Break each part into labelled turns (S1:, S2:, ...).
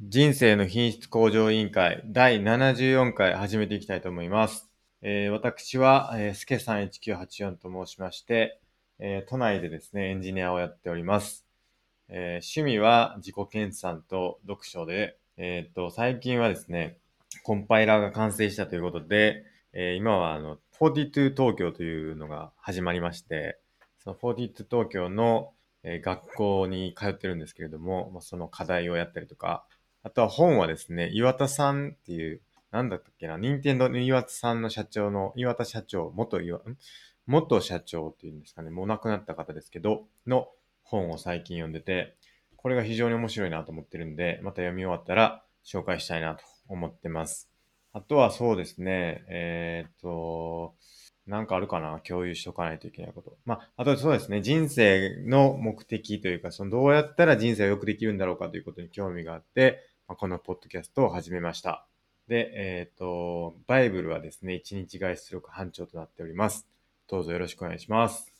S1: 人生の品質向上委員会第74回始めていきたいと思います。えー私は、えー、すけさん1984と申しまして、えー都内でですね、エンジニアをやっております。えー趣味は自己研鑽と読書で、えーっと、最近はですね、コンパイラーが完成したということで、えー今はあの、42東京というのが始まりまして、その42東京の、えー学校に通ってるんですけれども、まあ、その課題をやったりとか、あとは本はですね、岩田さんっていう、なんだったっけな、任天堂の岩田さんの社長の、岩田社長、元岩、ん元社長っていうんですかね、もう亡くなった方ですけど、の本を最近読んでて、これが非常に面白いなと思ってるんで、また読み終わったら紹介したいなと思ってます。あとはそうですね、えーっと、なんかあるかな共有しとかないといけないこと。まあ、あとそうですね、人生の目的というか、そのどうやったら人生を良くできるんだろうかということに興味があって、まあ、このポッドキャストを始めました。で、えっ、と、バイブルはですね、一日外出力班長となっております。どうぞよろしくお願いします。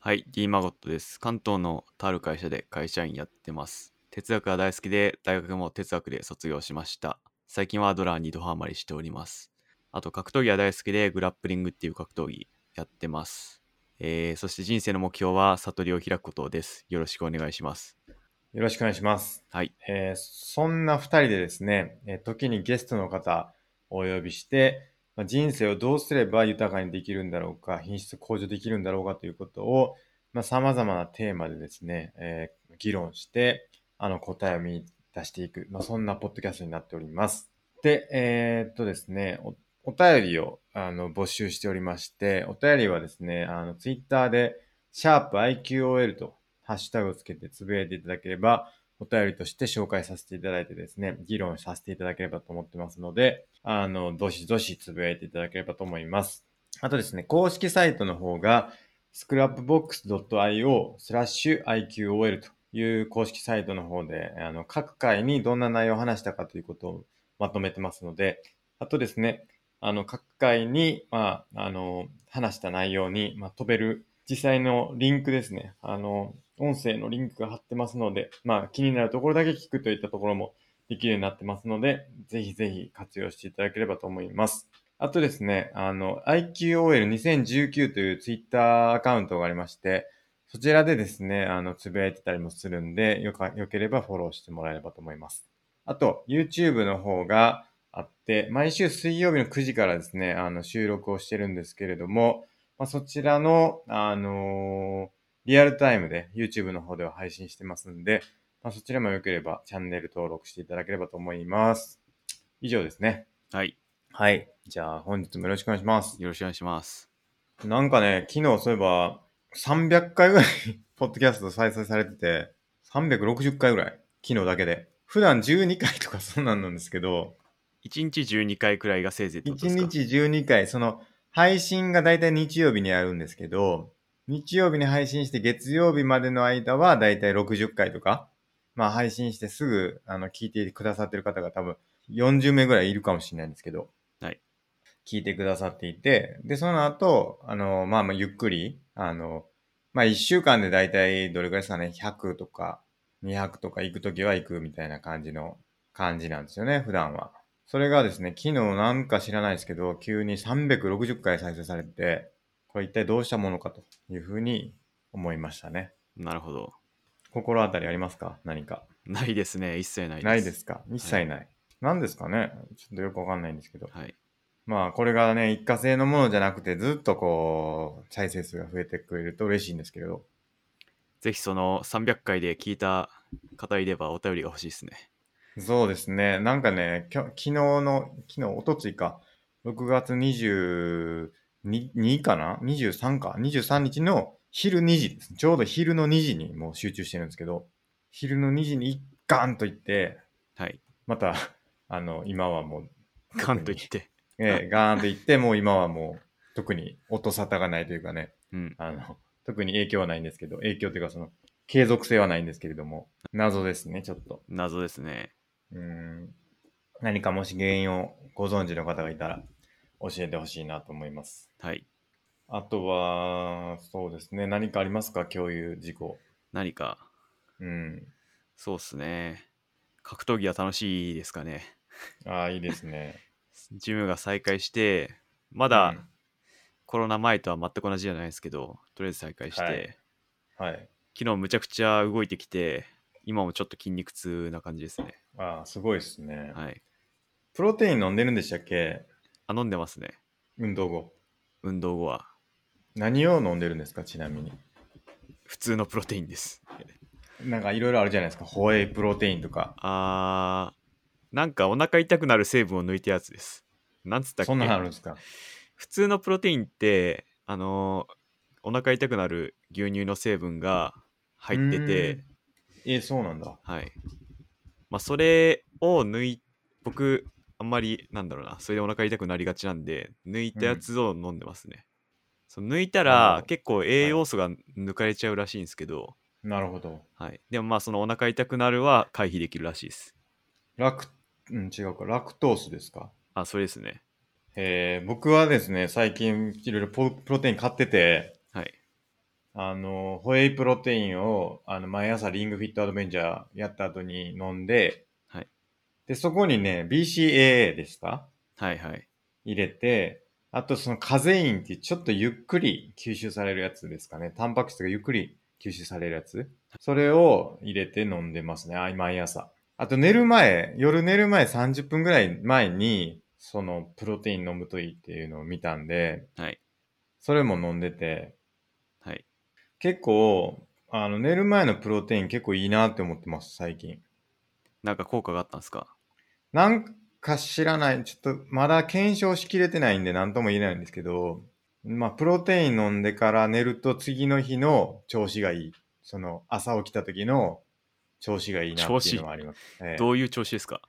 S2: はい、D マゴットです。関東のとある会社で会社員やってます。哲学が大好きで、大学も哲学で卒業しました。最近はアドラーにドハマりしております。あと、格闘技は大好きで、グラップリングっていう格闘技やってます。えー、そして人生の目標は悟りを開くことです。よろしくお願いします。
S1: よろしくお願いします。
S2: はい。
S1: えーそんな二人でですね、えー時にゲストの方をお呼びして、まあ、人生をどうすれば豊かにできるんだろうか、品質向上できるんだろうかということを、まあ、様々なテーマでですね、えー議論して、あの、答えを見出していく、まあ、そんなポッドキャストになっております。で、えーっとですね、おお便りをあの募集しておりまして、お便りはですね、あの、ツイッターで、シャープ i q o l とハッシュタグをつけてつぶやいていただければ、お便りとして紹介させていただいてですね、議論させていただければと思ってますので、あの、どしどしつぶやいていただければと思います。あとですね、公式サイトの方が、scrapbox.io スラッシュ IQOL という公式サイトの方で、あの、各回にどんな内容を話したかということをまとめてますので、あとですね、あの、各回に、まあ、あの、話した内容に、まあ、飛べる、実際のリンクですね。あの、音声のリンクが貼ってますので、まあ、気になるところだけ聞くといったところもできるようになってますので、ぜひぜひ活用していただければと思います。あとですね、あの、IQOL2019 というツイッターアカウントがありまして、そちらでですね、あの、つぶやいてたりもするんで、よか、よければフォローしてもらえればと思います。あと、YouTube の方があって、毎週水曜日の9時からですね、あの、収録をしてるんですけれども、まあ、そちらの、あのーリアルタイムで YouTube の方では配信してますんで、まあ、そちらも良ければチャンネル登録していただければと思います。以上ですね。
S2: はい。
S1: はい。じゃあ、本日もよろしくお願いします。
S2: よろしくお願いします。
S1: なんかね、昨日そういえば、300回ぐらい、 ポッドキャスト再生されてて、360回ぐらい、昨日だけで。普段12回とかそんなんなんですけど、
S2: 1日12回くらいがせいぜいってことです
S1: 1
S2: か
S1: 日12回、その、配信がだいたい日曜日にあるんですけど、日曜日に配信して月曜日までの間はだいたい60回とか、まあ配信してすぐ、あの、聞いてくださってる方が多分40名ぐらいいるかもしれないんですけど、
S2: はい。
S1: 聞いてくださっていて、で、その後、あの、まあまあゆっくり、あの、まあ1週間でだいたいどれくらいですかね、100とか200とか行くときは行くみたいな感じの感じなんですよね、普段は。それがですね、昨日なんか知らないですけど、急に360回再生されて、これ一体どうしたものかというふうに思いましたね。
S2: なるほど。
S1: 心当たりありますか何か。
S2: ないですね。一切ないです。
S1: ないで。すか一切ない。何ですかねちょっとよくわかんないんですけど。
S2: はい。
S1: まあ、これがね、一過性のものじゃなくて、ずっとこう、再生数が増えてくれると嬉しいんですけれど。
S2: ぜひその300回で聞いた方いればお便りが欲しいですね。
S1: そうですね。なんかね、きょ昨日の、昨日、おとついか、6月22かな ?23 か ?23 日の昼2時です。ちょうど昼の2時にもう集中してるんですけど、昼の2時に一貫と言って、
S2: はい。
S1: また、 あの、今はもう、
S2: ガンと言って。
S1: えーガーンと言って、もう今はもう、特に音沙汰がないというかね、
S2: うん。
S1: あの、特に影響はないんですけど、影響というかその、継続性はないんですけれども、謎ですね、ちょっと。
S2: 謎ですね。
S1: うーん何かもし原因をご存知の方がいたら教えてほしいなと思います。
S2: はい。
S1: あとは、そうですね、何かありますか共有事項。
S2: 何か、
S1: うん。
S2: そうっすね。格闘技は楽しいですかね。
S1: ああ、いいですね。
S2: ジムが再開して、 ま
S1: た
S2: だコロナ前とは全く同じじゃないですけど、とりあえず再開して、
S1: はいはい。
S2: 昨日むちゃくちゃ動いてきて、今もちょっと筋肉痛な感じですね。
S1: ああ、すごいですね、
S2: はい。
S1: プロテイン飲んでるんでしたっけ
S2: あ、飲んでますね。
S1: 運動後。
S2: 運動後は。
S1: 何を飲んでるんですか、ちなみに。
S2: 普通のプロテインです。
S1: なんかいろいろあるじゃないですか。ホエイプロテインとか。
S2: あー、なんかお腹痛くなる成分を抜いたやつです。なんつったっけ
S1: そんなのあるんですか
S2: 普通のプロテインって、あのーお腹痛くなる牛乳の成分が入って
S1: うー
S2: て
S1: ん、えーそうなんだ。
S2: はい。まあ、それを抜い、僕、あんまり、なんだろうな、それでお腹痛くなりがちなんで、抜いたやつを飲んでますね。その抜いた
S1: なるほ
S2: ら
S1: ど
S2: 結構栄養素が抜かれちゃうらしいんですけど、
S1: なるほど。
S2: はい。でもまあ、そのお腹痛くなるは回避できるらしいです。
S1: ラク、うん、違うか。ラクトースですか
S2: あ、それですね。
S1: えー僕はですね、最近いろいろポプロテイン買ってて、
S2: はい。
S1: あの、ホエイプロテインを、あの、毎朝リングフィットアドベンチャーやった後に飲んで、
S2: はい。
S1: で、そこにね、BCAA ですか
S2: はいはい。
S1: 入れて、あとそのカゼインっていうちょっとゆっくり吸収されるやつですかね。タンパク質がゆっくり吸収されるやつ。それを入れて飲んでますね。あ毎朝。あと寝る前、夜寝る前30分ぐらい前に、そのプロテイン飲むといいっていうのを見たんで、
S2: はい。
S1: それも飲んでて、
S2: はい。
S1: 結構、あの、寝る前のプロテイン結構いいなって思ってます、最近。
S2: なんか効果があったんですか
S1: なんか知らない、ちょっとまだ検証しきれてないんで何とも言えないんですけど、まあ、プロテイン飲んでから寝ると次の日の調子がいい。その朝起きた時の調子がいいなっていうのはあります。ええ
S2: どういう調子ですか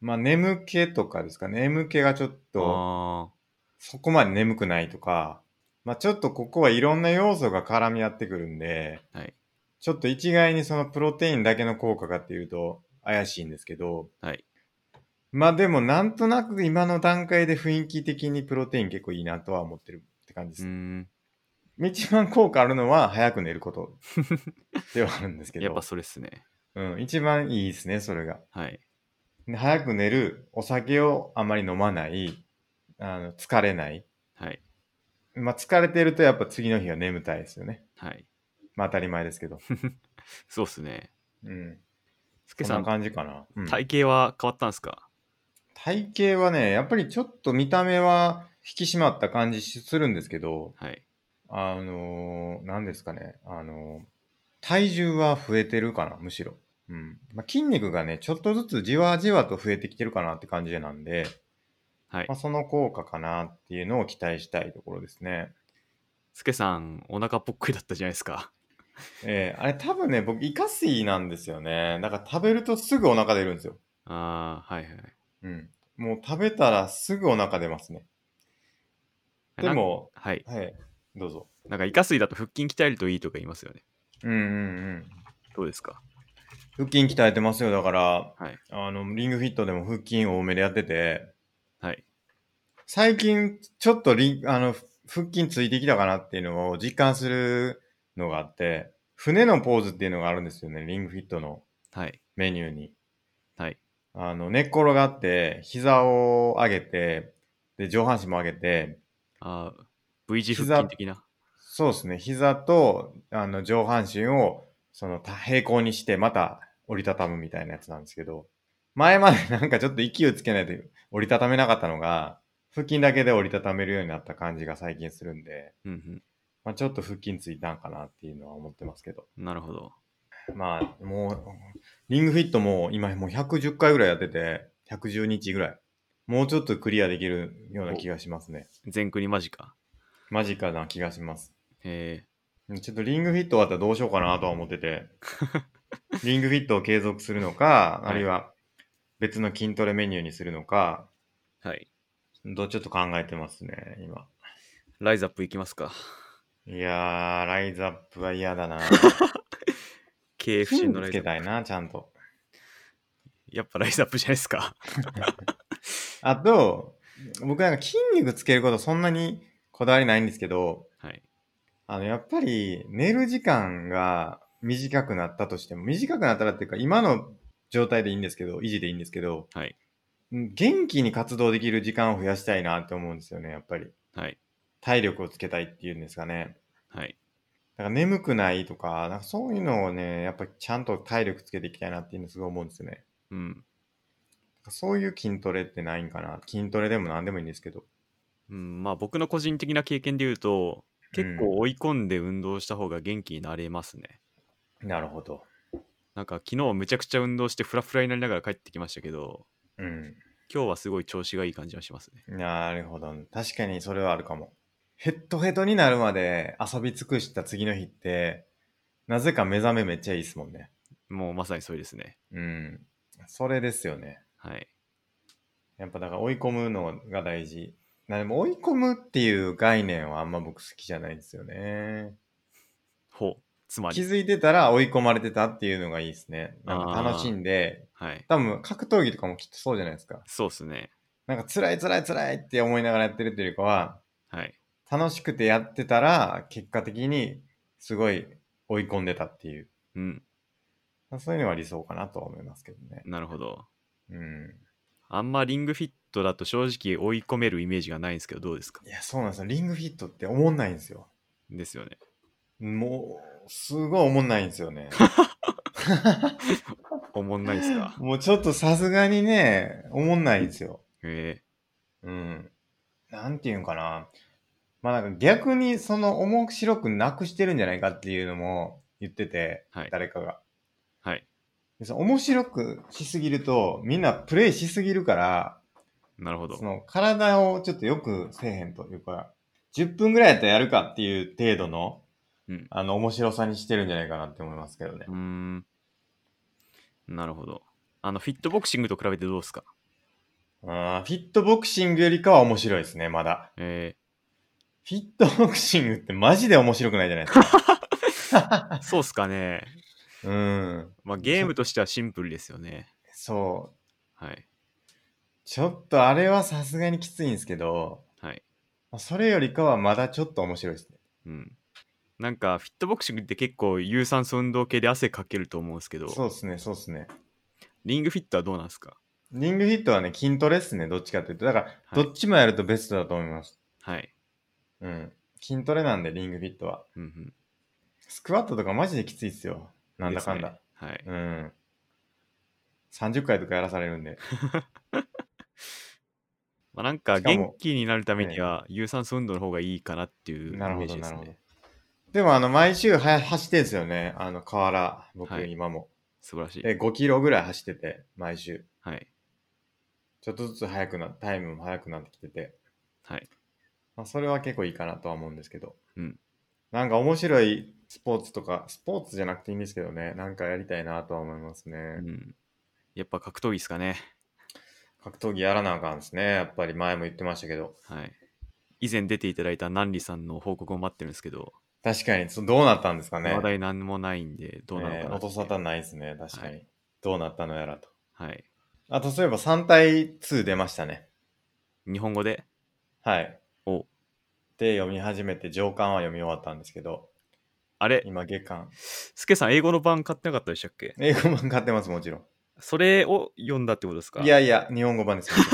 S1: まあ、眠気とかですかね。眠気がちょっと
S2: あ
S1: そこまで眠くないとか、まあ、ちょっとここはいろんな要素が絡み合ってくるんで、
S2: ーはい。
S1: ちょっと一概にそのプロテインだけの効果かっていうと怪しいんですけど、
S2: はい。
S1: まあでもなんとなく今の段階で雰囲気的にプロテイン結構いいなとは思ってるって感じ
S2: う
S1: です。
S2: ーん。
S1: 一番効果あるのは早く寝ることではあるんですけ
S2: やっ
S1: ど
S2: ぱ、それっすね。
S1: うん、一番いいですね、それが。
S2: はい。
S1: で早く寝る、お酒をあまり飲まない、あの疲れない。
S2: はい。
S1: まあ疲れてるとやっぱ次の日は眠たいですよね。
S2: はい。
S1: まあ当たり前ですけど。
S2: そうっすね。
S1: うん。
S2: スケ
S1: こん
S2: さ、
S1: なん感じかな。うん
S2: 体型は変わったんですか
S1: 体型はね、やっぱりちょっと見た目は引き締まった感じするんですけど、
S2: はい。
S1: あのー、何ですかね、あのー、体重は増えてるかな、むしろ。うん。まあ、筋肉がね、ちょっとずつじわじわと増えてきてるかなって感じなんで、
S2: はい
S1: まあ、。その効果かなっていうのを期待したいところですね。
S2: スケさん、お腹ぽっくりだったじゃないですか。
S1: えー、あれ多分ね、僕、イカ水なんですよね。だから食べるとすぐお腹出るんですよ。
S2: ああ、はいはい。
S1: うん。もう食べたらすぐお腹出ますね。で
S2: なん、
S1: も、
S2: はい。
S1: はい、どうぞ。
S2: なんか、イカ水だと腹筋鍛えるといいとか言いますよね。
S1: うんうんうん。
S2: どうですか
S1: 腹筋鍛えてますよ。だから、
S2: はい。
S1: あの、リングフィットでも腹筋多めでやってて、
S2: はい。
S1: 最近、ちょっとリン、あの、腹筋ついてきたかなっていうのを実感するのがあって、船のポーズっていうのがあるんですよね、リングフィットの
S2: はい。
S1: メニューに。
S2: はい。
S1: あの、寝っ転がって、膝を上げて、で、上半身も上げて、
S2: ああ、V 字
S1: 膝
S2: 腹筋的な。
S1: そうですね、膝と、あの、上半身を、その、た平行にして、また折りたたむみたいなやつなんですけど、前まで なんかちょっと息をつけないと折りたためなかったのが、腹筋だけで折りたためるようになった感じが最近するんで、
S2: うん
S1: まあ、ちょっと腹筋ついたんかなっていうのは思ってますけど。
S2: うん。なるほど。
S1: まあ、もう、リングフィットも今もう110回ぐらいやってて、110日ぐらい。もうちょっとクリアできるような気がしますね。
S2: 全クリマジか。
S1: マジかな気がします。
S2: え
S1: ちょっとリングフィット終わったらどうしようかなとは思って て。リングフィットを継続するのか、
S2: はい
S1: あるいは別の筋トレメニューにするのか、
S2: ー、はい。
S1: どうちょっと考えてますね、今。
S2: ライズアップいきますか。
S1: いやー、ライズアップは嫌だ な。
S2: KFC のラ
S1: つ
S2: イ
S1: け
S2: ズアップ。
S1: たいな、ちゃんと。
S2: やっぱライズアップじゃないで すか。
S1: あと、僕なんか筋肉つけることそんなにこだわりないんですけど、
S2: はい。
S1: あの、やっぱり寝る時間が短くなったとしても、短くなったらっていうか、今の状態でいいんですけど、維持でいいんですけど、
S2: はい。
S1: うん元気に活動できる時間を増やしたいなって思うんですよね、やっぱり。
S2: はい。
S1: 体力をつけたいっていうんですかね。
S2: はい。
S1: だから眠くないとか、なんかそういうのをね、やっぱりちゃんと体力つけていきたいなっていうのすごい思うんですよね。
S2: うん。
S1: そういう筋トレってないんかな筋トレでも何でもいいんですけど。
S2: うん、まあ僕の個人的な経験で言うと、結構追い込んで運動した方が元気になれますね。
S1: なるほど。
S2: なんか昨日むちゃくちゃ運動してフラフラになりながら帰ってきましたけど、
S1: うん。
S2: 今日はすごい調子がいい感じがしますね。
S1: なるほど。確かにそれはあるかも。ヘッドヘッドになるまで遊び尽くした次の日って、なぜか目覚めめっちゃいいですもんね。
S2: もうまさにそれですね。
S1: うん。それですよね。
S2: はい。
S1: やっぱだから追い込むのが大事。なでも追い込むっていう概念はあんま僕好きじゃないんですよね。
S2: ほう。つま
S1: 気
S2: り。
S1: づいてたら追い込まれてたっていうのがいいですね。なんか楽しんで、
S2: はい。
S1: 多分格闘技とかもきっとそうじゃないですか。
S2: そうですね。
S1: なんか辛い辛い辛いって思いながらやってるというよりかは、
S2: はい。
S1: 楽しくてやってたら、結果的にすごい追い込んでたっていう。
S2: うん。
S1: そういうのは理想かなとは思いますけどね。
S2: なるほど。
S1: うん。
S2: あんまリングフィットだと正直追い込めるイメージがないんですけど、どうですか
S1: いや、そうなんですよ。リングフィットって思んないんですよ。
S2: ですよね。
S1: もう、すごい思んないんですよね。
S2: おもんないですか
S1: もうちょっとさすがにね、思んないんですよ。
S2: へえ
S1: うん。なんていうんかな。まあなんか逆にその面白くなくしてるんじゃないかっていうのも言ってて、
S2: はい
S1: 誰かが。
S2: はい。
S1: でその面白くしすぎると、みんなプレイしすぎるから、
S2: なるほど
S1: そ。の体をちょっとよくせえへんというか、10分ぐらいやったらやるかっていう程度の、
S2: うん
S1: あの、面白さにしてるんじゃないかなって思いますけどね
S2: うー。ん。なるほど。あの、フィットボクシングと比べてどうですか
S1: うん、フィットボクシングよりかは面白いですね、まだ。
S2: え
S1: フィットボクシングってマジで面白くないじゃないですか。
S2: えそうっすかね。
S1: うん。
S2: まあ、ゲームとしてはシンプルですよね。
S1: そう。
S2: はい。
S1: ちょっとあれはさすがにきついんですけど、
S2: はい。
S1: それよりかはまだちょっと面白いですね。
S2: うん。なんか、フィットボクシングって結構有酸素運動系で汗かけると思うんですけど、
S1: そうですね、そうですね。
S2: リングフィットはどうなんですか
S1: リングフィットはね、筋トレっすね、どっちかというと。だから、
S2: はい
S1: どっちもやるとベストだと思います。
S2: はい。
S1: うん。筋トレなんで、リングフィットは。
S2: うんうん。
S1: スクワットとかマジできついっすよ。なんだかんだ。
S2: ですね。はい。
S1: うん。30回とかやらされるんで。
S2: まあ、なんか
S1: しかも
S2: 元気になるためには有酸素運動の方がいいかなっていうイメ
S1: なるほ
S2: ー
S1: ど、
S2: ジで
S1: な
S2: す
S1: るほど
S2: ね。。
S1: でも、あの、毎週は走ってんすよね。あの、河原、僕、
S2: はい
S1: 今も。
S2: 素晴らしい。
S1: で、5キロぐらい走ってて、毎週。
S2: はい。
S1: ちょっとずつ速くな、タイムも速くなってきてて。
S2: はい。
S1: まあ、それは結構いいかなとは思うんですけど。
S2: うん
S1: なんか面白いスポーツとか、スポーツじゃなくていいんですけどね、なんかやりたいなとは思いますね。
S2: うん。やっぱ格闘技ですかね。
S1: 格闘技やらなあかんですね。やっぱり前も言ってましたけど。
S2: はい。以前出ていただいたナンリさんの報告を待ってるんですけど、
S1: 確かに、そうどうなったんですかね。
S2: 話題なんもないんで、どうなのかな
S1: ね
S2: ってい
S1: 音
S2: う
S1: 沙汰ないですね、確かに、どうなったのやらと。
S2: はい。
S1: あと、そういえば3対2出ましたね。
S2: 日本語で
S1: はい。
S2: お
S1: で、読み始めて、上巻は読み終わったんですけど、
S2: あれ
S1: 今、下巻。
S2: スケさん、英語の版買ってなかったでしたっけ
S1: 英語版買ってます、もちろん。
S2: それを読んだってことですか
S1: いやいや、日本語版です。もち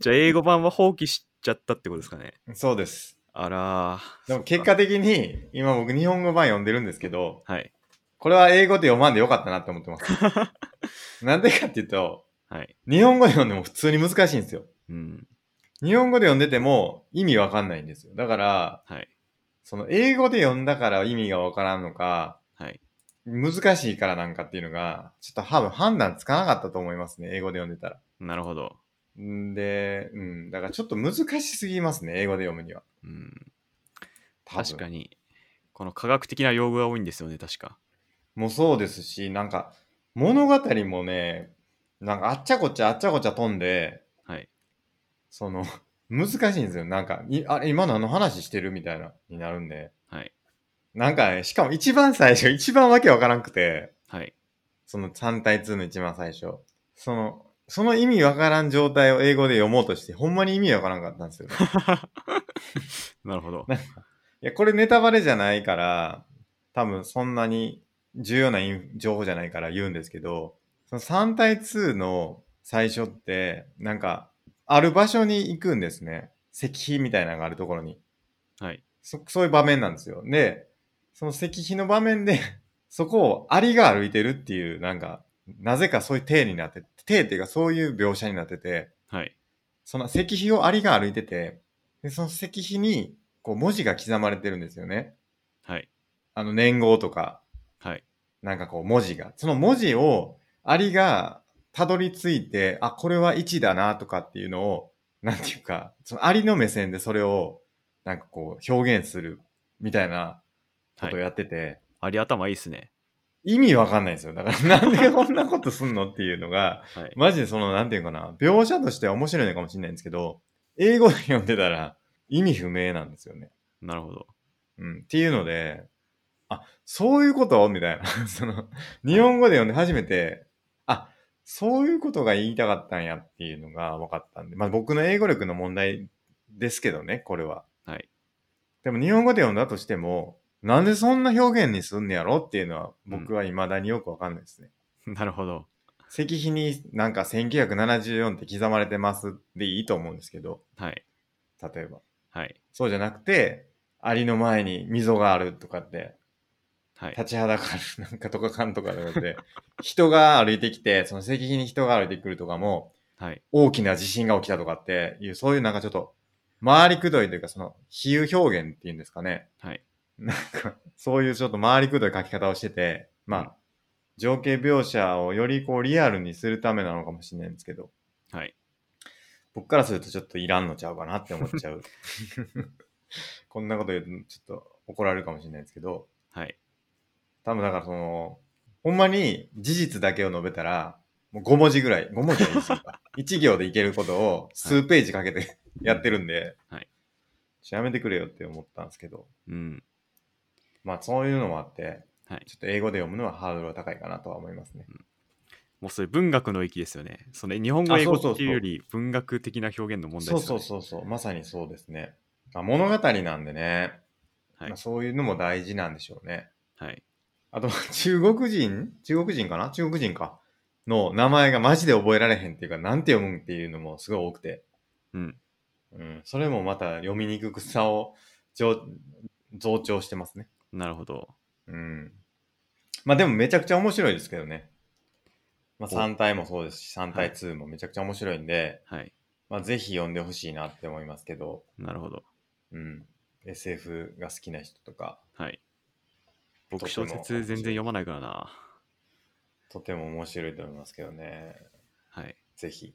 S2: じゃあ、英語版は放棄しちゃったってことですかね
S1: ろん そうです。
S2: あらー。
S1: で
S2: そ
S1: も
S2: っか
S1: 結果的に、今僕日本語版読んでるんですけど、
S2: はい。
S1: これは英語で読まんでよかったなって思って ます。なんでかっていうと、
S2: はい。
S1: 日本語で読んでも普通に難しいんですよ。
S2: うん。
S1: 日本語で読んでても意味わかんないんですよ。だから、
S2: はい。
S1: その英語で読んだから意味がわからんのか、
S2: はい。
S1: 難しいからなんかっていうのが、ちょっと多分判断つかなかったと思いますね。英語で読んでたら。
S2: なるほど。
S1: んで、うん、だからちょっと難しすぎますね。英語で読むには。
S2: うん。
S1: 多分
S2: 確かに。この科学的な用語が多いんですよね、確か。
S1: もうそうですし、なんか物語もね、なんかあっちゃこっちゃあっちゃこっちゃ飛んで、
S2: はい。
S1: その、 難しいんですよ。なんか、いあれ、今何の話してるみたいな、になるんで。
S2: はい。
S1: なんかね、しかも一番最初、一番わけわからんくて、
S2: はい。
S1: その3対2の一番最初。その、その意味わからん状態を英語で読もうとして、ほんまに意味わからんかったんですよ。
S2: なるほど。
S1: いや、これネタバレじゃないから、多分そんなに重要なイン情報じゃないから言うんですけど、その3対2の最初って、なんか、ある場所に行くんですね。石碑みたいなのがあるところに。
S2: はい。
S1: そ、そういう場面なんですよ。で、その石碑の場面で、 そこをアリが歩いてるっていう、なんか、なぜかそういう体になって、体っていうかそういう描写になってて、
S2: はい。
S1: その石碑をアリが歩いてて、で、その石碑に、こう文字が刻まれてるんですよね。
S2: はい。
S1: あの年号とか、
S2: はい。
S1: なんかこう文字が。その文字を、アリがたどり着いて、あ、これは1だなとかっていうのを、なんていうか、そのアリの目線でそれを、なんかこう表現するみたいなこ
S2: は
S1: とを
S2: い。
S1: やってて、
S2: あり頭いいっすね。
S1: 意味わかんないですよ。だからなんでこんなことすんのっていうの が、
S2: はい。
S1: マジでその、なんていうかな、描写としては面白いのかもしれないんですけど、英語で読んでたら意味不明なんですよね。
S2: なるほど。
S1: うん。っていうので、あ、そういうことみたいな。 その、日本語で読んで初めて、あ、そういうことが言いたかったんやっていうのが分かったんで、まあ僕の英語力の問題ですけどね、これは。
S2: はい。
S1: でも日本語で読んだとしても、なんでそんな表現にすんねやろっていうのは僕は未だによくわかんないですね。
S2: なるほど。
S1: 石碑になんか1974って刻まれてますでいいと思うんですけど、
S2: はい。
S1: 例えば。
S2: はい。
S1: そうじゃなくて、アリの前に溝があるとかって、
S2: はい。
S1: 立ちはだかるなんかとかかんとかとかって、 人が歩いてきて、その石碑に人が歩いてくるとかも、
S2: はい。
S1: 大きな地震が起きたとかっていう、そういうなんかちょっと、回りくどいというか、その、比喩表現っていうんですかね。
S2: はい。
S1: なんか、そういうちょっと回りくどい書き方をしてて、まあ、情景描写をよりこうリアルにするためなのかもしれないんですけど、
S2: はい。
S1: 僕からするとちょっといらんのちゃうかなって思っちゃう。 こんなこと言うとちょっと怒られるかもしれないですけど、
S2: はい。
S1: 多分だからその、ほんまに事実だけを述べたら、もう5文字ぐらい、5文字はいいですよ。1行 でいけることを数ページかけて やってるんで、
S2: はい
S1: ちょやめてくれよって思ったんですけど、
S2: うん。
S1: まあそういうのもあって、
S2: はい。
S1: ちょっと英語で読むのはハードルは高いかなとは思いますね。
S2: もうそれ文学の域ですよね。その日本語英語
S1: あそうそうそう
S2: っていうより文学的な表現の問題
S1: そう
S2: です
S1: そ
S2: よ
S1: う
S2: ね。
S1: そうそう、まさにそうですね。まあ、物語なんでね、
S2: はい
S1: まあ、そういうのも大事なんでしょうね。
S2: はい。
S1: あと、中国人中国人かな中国人か。の名前がマジで覚えられへんっていうか、なんて読むんっていうのもすごい多くて。
S2: うん。
S1: うん。それもまた読みにくくさを増増長してますね。
S2: なるほど。
S1: うん。まあでもめちゃくちゃ面白いですけどね。まあ
S2: お
S1: 3体もそうですし、3体2もめちゃくちゃ面白いんで、
S2: はい。
S1: まあぜひ読んでほしいなって思いますけど、
S2: なるほど。
S1: うん。SF が好きな人とか、
S2: はい。
S1: と
S2: 僕
S1: ても
S2: 小説全然読まないからな。
S1: とても面白いと思いますけどね。
S2: はい。
S1: ぜひ。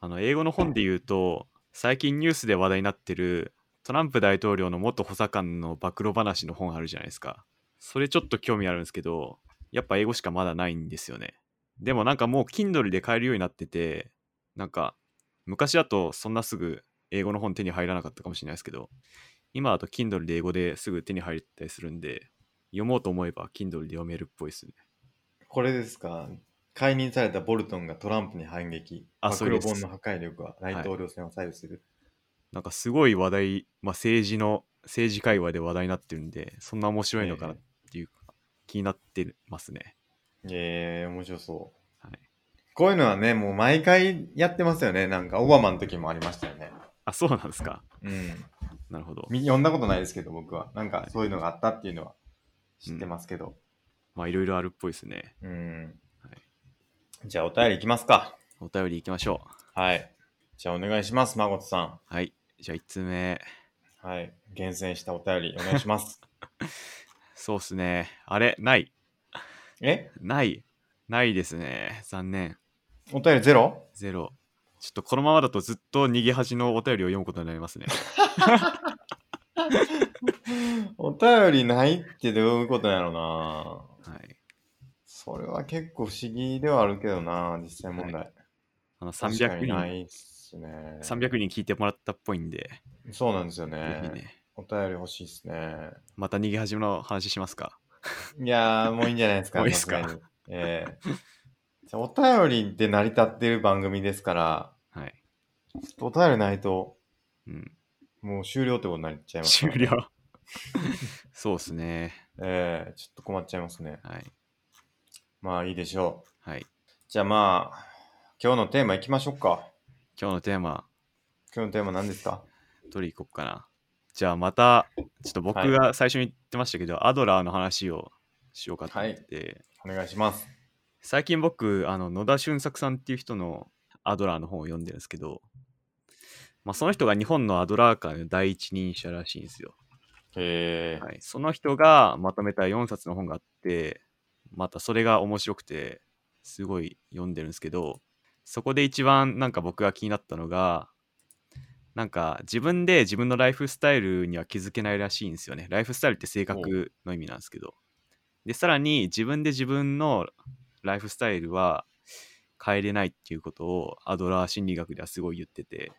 S2: あの、英語の本で言うと、最近ニュースで話題になってるトランプ大統領の元補佐官の暴露話の本あるじゃないですか。それちょっと興味あるんですけど、やっぱ英語しかまだないんですよね。でもなんかもう Kindle で買えるようになってて、なんか昔だとそんなすぐ英語の本手に入らなかったかもしれないですけど、今だと Kindle で英語ですぐ手に入ったりするんで、読もうと思えば Kindle で読めるっぽいですね。
S1: これですか解任されたボルトンがトランプに反撃。
S2: あ
S1: 暴
S2: そうで
S1: 露
S2: す
S1: 本の破壊力は大統領選を左右する。
S2: なんかすごい話題、まあ、政治の政治界隈で話題になってるんでそんな面白いのかなっていうか、気になってますね
S1: ええ面白そう。
S2: はい
S1: こういうのはね、もう毎回やってますよね。なんか、オバマの時もありましたよね。
S2: あそうなんですか
S1: うん。
S2: なるほど
S1: み読んだことないですけど、僕は。なんか、そういうのがあったっていうのは知ってますけど。
S2: まあいろいろあるっぽいですね
S1: うん。
S2: は
S1: じゃあ、お便りいきますか。
S2: お便りいきましょ
S1: はい。じゃあ、お願いします、まことさ
S2: うはいじゃあ1通目
S1: ん。はい。厳選したお便り、お願いし ます。
S2: そうっすねあれない
S1: え
S2: ないないですね残念
S1: お便りゼロ
S2: ゼロちょっとこのままだとずっと逃げ恥のお便りを読むことになりますね
S1: お便りないってどういうことやろうな
S2: はい
S1: それは結構不思議ではあるけどな、実際問題。
S2: あの
S1: 確か
S2: 300
S1: にな
S2: 人
S1: いっすね。
S2: 300人聞いてもらったっぽいんで、
S1: そうなんですよ
S2: ぜひ
S1: ね。
S2: ね
S1: お便り欲しいっすね。
S2: また逃げ恥の話しますか
S1: いやー、もういいんじゃないですか。
S2: もういいっすか
S1: さがに。ええじゃあお便りで成り立ってる番組ですから、
S2: はい
S1: ちょっとお便りないと、
S2: うん、
S1: もう終了ってことになっちゃいますか
S2: 終
S1: らね、
S2: 了 そうですね
S1: ええちょっと困っちゃいますね。
S2: はい
S1: まあいいでしょ。
S2: はいう
S1: じゃあまあ、今日のテーマいきましょうか。
S2: 今日のテーマ、
S1: 今日のテーマ何ですか
S2: 取り行こっかな。じゃあまた、ちょっと僕
S1: はい
S2: が最初に言ってましたけど、アドラーの話をしようかと思ってて、
S1: お願いします。
S2: 最近僕、あの野田俊作さんっていう人のアドラーの本を読んでるんですけど、まあ、その人が日本のアドラー界の第一人者らしいんですよ。
S1: へえ、
S2: はい、その人がまとめた4冊の本があってまたそれが面白くてすごい読んでるんですけどそこで一番なんか僕が気になったのがなんか自分で自分のライフスタイルには気づけないらしいんですよねライフスタイルって性格の意味なんですけどでさらに自分で自分のライフスタイルは変えれないっていうことをアドラー心理学ではすごい言ってて、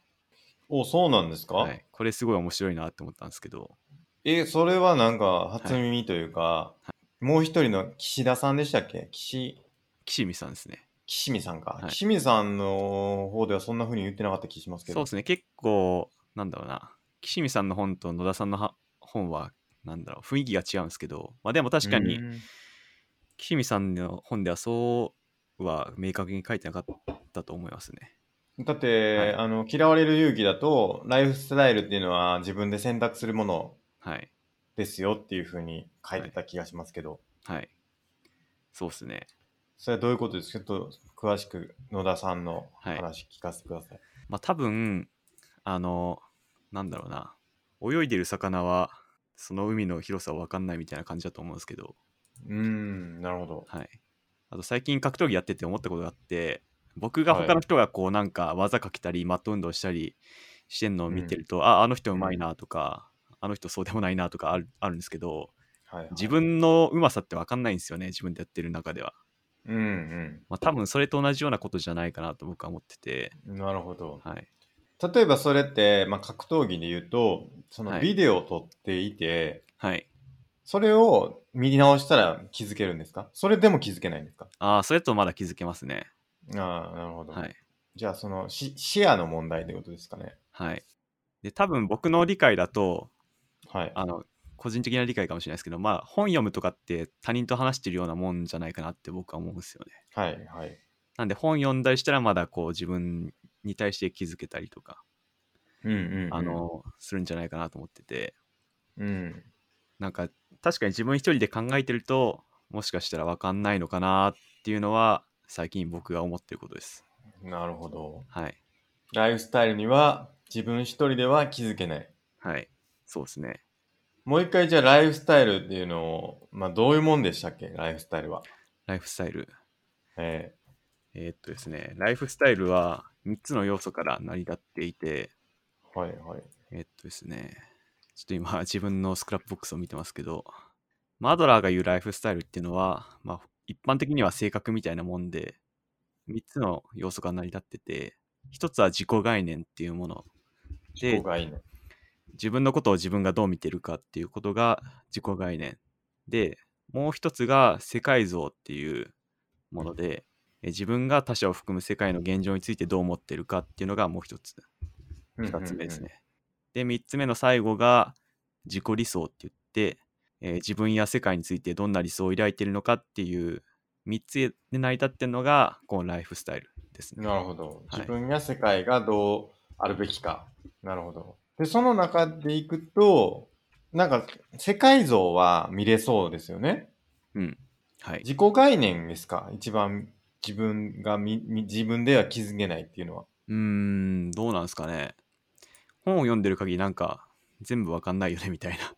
S1: お、そうなんですか、
S2: はい、これすごい面白いなって思ったんですけど
S1: え、それはなんか初耳というか、もう一人の岸田さんでしたっけ岸、
S2: 岸見さんですね
S1: 岸見さんか。
S2: はい
S1: 岸見さんの方ではそんな風に言ってなかった気しますけ
S2: そう
S1: ど。
S2: ですね、結構、なんだろうな、岸見さんの本と野田さんのは本は、なんだろう、雰囲気が違うんですけど、まあでも確かに
S1: う、ん
S2: 岸見さんの本ではそうは明確に書いてなかったと思いますね。
S1: だって、
S2: はい
S1: あの、嫌われる勇気だと、ライフスタイルっていうのは自分で選択するもの
S2: はい。
S1: ですよっていう風に書いてた気がしますけど、
S2: はい。そうですね。
S1: それはどういうことですかちょっと詳しく野田さんの
S2: はい
S1: 話聞かせてください。
S2: まあ多分、あの、なんだろうな、泳いでる魚は、その海の広さは分かんないみたいな感じだと思うんですけど、
S1: うーん、なるほど。
S2: はい。あと最近格闘技やってて思ったことがあって、僕が
S1: はい
S2: 他の人がこうなんか技かけたり、マット運動したりしてんのを見てると、あ、あの人うまいなとか、あの人そうでもないなとかあるあるんですけど、
S1: はい、はい。
S2: 自分のうまさって分かんないんですよね、自分でやってる中では。
S1: うん
S2: まあ多分それと同じようなことじゃないかなと僕は思ってて、
S1: うん。なるほど。
S2: はい。
S1: 例えばそれって、まあ、格闘技で言うと、そ
S2: は
S1: の
S2: い
S1: ビデオを撮っていて、
S2: はい。
S1: それを見直したら気づけるんですかそれでも気づけないんですか
S2: ああ、それとまだ気づけますね。
S1: ああ、なるほど。
S2: はい。
S1: じゃあ、そのし視野の問題ということですかね。
S2: はい。で、多分僕の理解だと、
S1: はい。
S2: あの個人的な理解かもしれないですけど、まあ、本読むとかって他人と話してるようなもんじゃないかなって僕は思うんですよね。
S1: はい、はい。
S2: なんで本読んだりしたらまだこう自分に対して気づけたりとか、
S1: うんうん、うん。
S2: あ、のするんじゃないかなと思ってて
S1: うん。
S2: なんか確かに自分一人で考えてるともしかしたら分かんないのかなっていうのは最近僕が思ってることです。
S1: なるほど。
S2: はい。
S1: ライフスタイルには自分一人では気づけない。
S2: はい。そうですね。
S1: もう一回じゃあライフスタイルっていうのを、まあどういうもんでしたっけライフスタイルは。
S2: ライフスタイル。
S1: え
S2: えーっとですね、ライフスタイルは3つの要素から成り立っていて、
S1: えはいはい。
S2: えっとですね、ちょっと今 自分のスクラップボックスを見てますけど、マドラーが言うライフスタイルっていうのは、まあ、一般的には性格みたいなもんで、3つの要素が成り立ってて、1つは自己概念っていうもの
S1: 自
S2: で
S1: 己、概念。
S2: 自分のことを自分がどう見てるかっていうことが自己概念で、もう1つが世界像っていうもので、え自分が他者を含む世界の現状についてどう思ってるかっていうのがもう1つ。2つ目ですね。で、3つ目の最後が自己理想って言って、えー自分や世界についてどんな理想を抱いているのかっていう3つで成り立ってるのが、このライフスタイルです
S1: う
S2: ね。
S1: んうん。なるほど。
S2: はい
S1: 自分や世界がどうあるべきか。なるほど。で、その中でいくと、なんか世界像は見れそうですよね。
S2: うん。はい。
S1: 自己概念ですか一番自分がみみ自分では気づけないっていうのは。
S2: うーん、どうなんですかね。本を読んでる限りなんか全部わかんないよねみたいな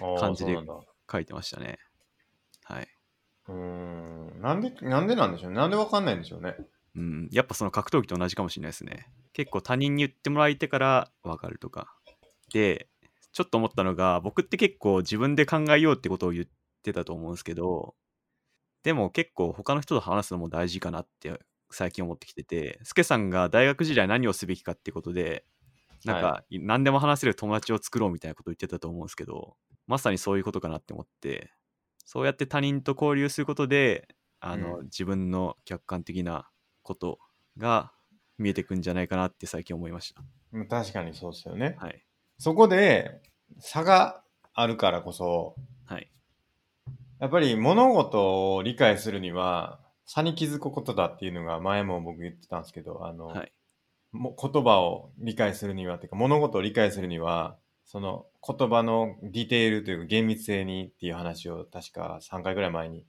S1: あー
S2: 感じで
S1: そうなんだ。
S2: 書いてましたね。はい。
S1: うーん。なんで、なんでなんでしょうね。なんでわかんないんでしょうね。
S2: うん、やっぱその格闘技と同じかもしれないですね。結構他人に言ってもらえてから分かるとか。で、ちょっと思ったのが、僕って結構自分で考えようってことを言ってたと思うんですけど、でも結構他の人と話すのも大事かなって最近思ってきてて、スケさんが大学時代何をすべきかってことで、なん
S1: は
S2: か何でも話せる友達を作ろうみたいなこと言ってたと思うんですけど、まさにそういうことかなって思って、そうやって他人と交流することで、あの、
S1: う
S2: 自分の客観的なことが見えてくんじゃないかなって最近思いました。
S1: うん確かにそうですよね。
S2: はい。
S1: そこで差があるからこそ、
S2: はい。
S1: やっぱり物事を理解するには、差に気づくことだっていうのが前も僕言ってたんですけど、あの、
S2: はい
S1: も言葉を理解するには、てか物事を理解するには、その言葉のディテールというか厳密性にっていう話を確か3回ぐらい前に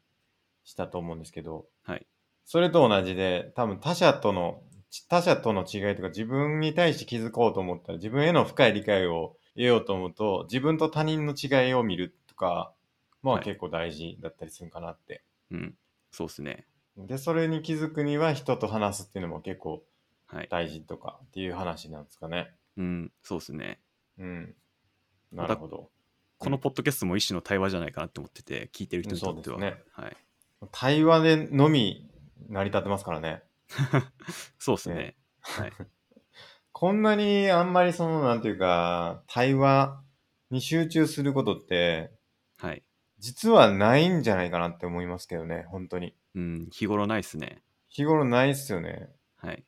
S1: したと思うんですけど、
S2: はい
S1: それと同じで、多分他者との、ち他者との違いとか自分に対して気づこうと思ったら、自分への深い理解を得ようと思うと、自分と他人の違いを見るとか、まあ
S2: はい
S1: 結構大事だったりするかなって
S2: うん、そうですね。
S1: で、それに気づくには人と話すっていうのも結構
S2: はい。
S1: 大事とかっていう話なんですかね。
S2: うん、そうですね。
S1: うん。なるほど。
S2: このポッドキャストも一種の対話じゃないかなって思ってて、聞いてる人にとっては。
S1: そうですね
S2: はい。
S1: 対話でのみ成り立ってますからね。
S2: そうですね。
S1: ね
S2: はい。
S1: こんなにあんまりその、なんていうか、対話に集中することって、
S2: はい。
S1: 実はないんじゃないかなって思いますけどね、本当に。
S2: うん、日頃ないですね。
S1: 日頃ないっすよね。
S2: はい。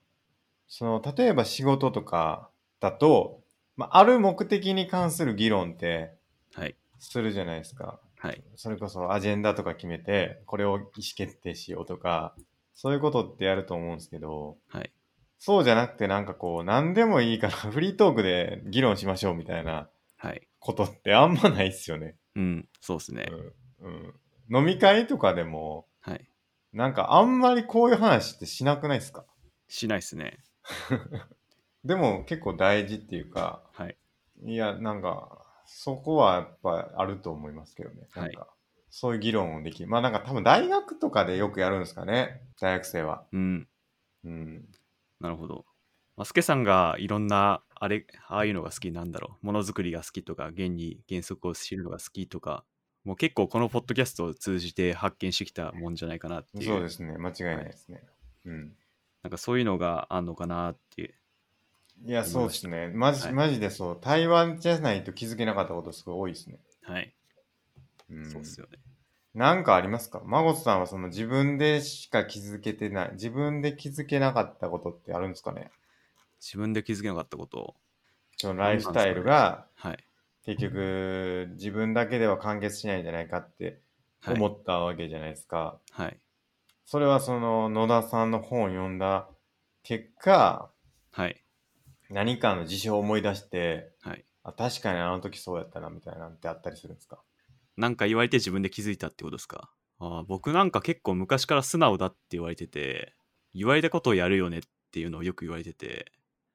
S1: その、例えば仕事とかだと、まあ、ある目的に関する議論って
S2: はい。
S1: するじゃないですか。
S2: はい。
S1: それこそアジェンダとか決めて、これを意思決定しようとか、そういうことってやると思うんですけど、
S2: はい。
S1: そうじゃなくてなんかこう、何でもいいから フリートークで議論しましょうみたいな
S2: はい。
S1: ことってあんまないっすよね。
S2: うん、そうですね。
S1: うん。うん、飲み会とかでも、
S2: はい。
S1: なんかあんまりこういう話ってしなくないですか
S2: しないですね。
S1: でも結構大事っていうか、
S2: はい。
S1: いや、なんか、そこはやっぱあると思いますけどね。なんか、そういう議論をできる。まあなんか多分大学とかでよくやるんですかね。大学生は。
S2: うん、
S1: うん。
S2: なるほど。まあ、スケさんがいろんな、あれ、ああいうのが好きなんだろう。ものづくりが好きとか、原理、原則を知るのが好きとか、もう結構このポッドキャストを通じて発見してきたもんじゃないかなっていう。
S1: そうですね。間違いないですね。うん。
S2: なんかそういうのがあんのかなっていう。
S1: いや、そうですね。マジ、
S2: はい
S1: マジでそう。台湾じゃないと気づけなかったことすごい多いですね。
S2: はい。
S1: うん。
S2: そうっすよね。
S1: なんかありますかマゴトさんはその自分でしか気づけてない、自分で気づけなかったことってあるんですかね
S2: 自分で気づけなかったことを。
S1: そのライフスタイルが
S2: はい。
S1: 結局自分だけでは完結しないんじゃないかって
S2: はい。
S1: 思ったわけじゃないですか。
S2: はい。
S1: それはその野田さんの本を読んだ結果、
S2: はい。
S1: 何かの事象を思い出して、
S2: はい。
S1: あ、確かにあの時そうやったなみたいなんてあったりするんですか
S2: なんか言われて自分で気づいたってことですかああ僕なんか結構昔から素直だって言われてて、言われたことをやるよねっていうのをよく言われてて、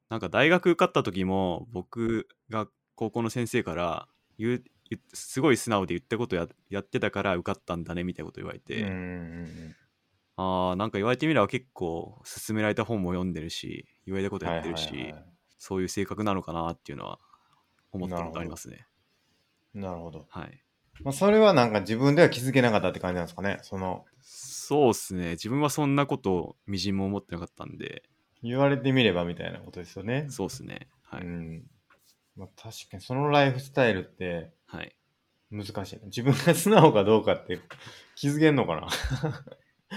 S2: なんか大学受かった時も僕が高校の先生から言う、言うすごい素直で言ったことややってたから受かったんだねみたいなこと言われて、
S1: うんうんうん
S2: ああなんか言われてみれば結構勧められた本も読んでるし言われたこと
S1: はい
S2: や
S1: は
S2: っ
S1: い
S2: て
S1: は
S2: るし、
S1: い。
S2: そういう性格なのかなっていうのは思った
S1: なる
S2: こ
S1: ほ
S2: と
S1: ど
S2: ありますね。
S1: なるほど。
S2: はい。
S1: まあ、それはなんか自分では気づけなかったって感じなんですかね。その、
S2: そうですね。自分はそんなことをみじんも思ってなかったんで、
S1: 言われてみればみたいなことですよね。
S2: そうですね。はい。
S1: うん。まあ、確かにそのライフスタイルって
S2: はい。
S1: 難しいな。自分が素直かどうかって気づけんのか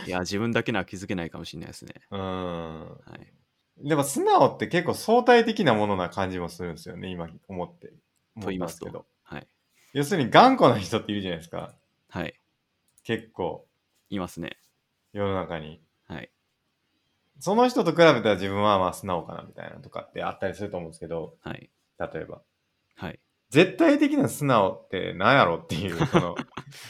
S2: いや、自分だけなら気づけないかもしれないですね。
S1: な。 うん。
S2: はい。
S1: でも素直って結構相対的なものな感じもするんですよね、今思って。
S2: と言います
S1: 思ったんで
S2: と。はい。
S1: けど要するに頑固な人っているじゃないですか。
S2: はい。
S1: 結構、
S2: いますね。
S1: 世の中に。
S2: はい。
S1: その人と比べたら自分はまあ素直かなみたいなとかってあったりすると思うんですけど、
S2: はい。
S1: 例えば。
S2: はい。
S1: 絶対的な素直って何やろって いう、その、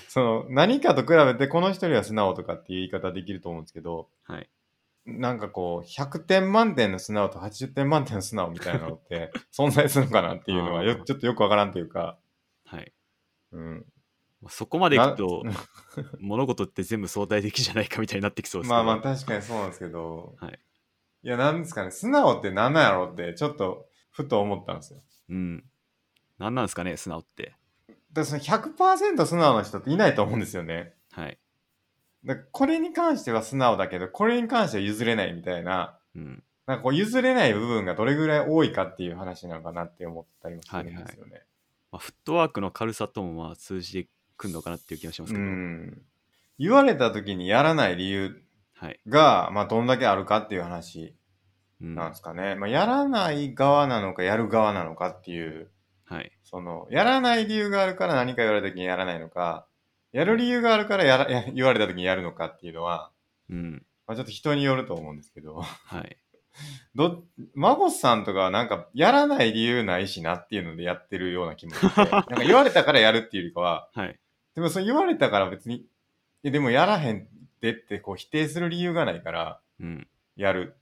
S1: その何かと比べてこの人よりは素直とかっていう言い方できると思うんですけど、
S2: はい。
S1: なんかこう、100点満点の素直と80点満点の素直みたいなのって 存在するのかなっていうのはよ、
S2: あー
S1: ちょっとよくわからんというか、
S2: はい。
S1: うん。
S2: まあそこまでいくと
S1: な、
S2: 物事って全部相対的じゃないかみたいになってきそうですけ
S1: まあ
S2: ど
S1: まあ確かにそうなんですけど、
S2: はい。
S1: いや、なんですかね、素直って何なんやろって、ちょっと、ふと思ったんですよ。
S2: うん。なんなんですかね、素直って。
S1: だからその100%素直な人っていないと思うんですよね。
S2: はい。
S1: だからこれに関しては素直だけど、これに関しては譲れないみたいな、
S2: うん。
S1: なんかこう譲れない部分がどれぐらい多いかっていう話なのかなって思ったりもするんですよね。
S2: まあ、フットワークの軽さともまあ通じてくるのかなっていう気がしますけ
S1: う
S2: ど、
S1: ん。言われた時にやらない理由
S2: はい、
S1: が、まあどんだけあるかっていう話
S2: うん
S1: なんで
S2: は
S1: すかね。まあやらない側なのか、やる側なのかっていう
S2: い、
S1: その、やらない理由があるから 何か言われた時にやらないのか、やる理由があるからやら、や言われた時にやるのかっていうのは、
S2: うん。
S1: まあ、ちょっと人によると思うんですけど、
S2: はい。
S1: ど、孫さんとかはなんかやらない理由ないしなっていうのでやってるような気も して、なんか言われたからやるっていうよりかは、
S2: はい。
S1: でもそれ言われたから別に、え、でもやらへんでってこう否定する理由がないから、
S2: うん。
S1: やる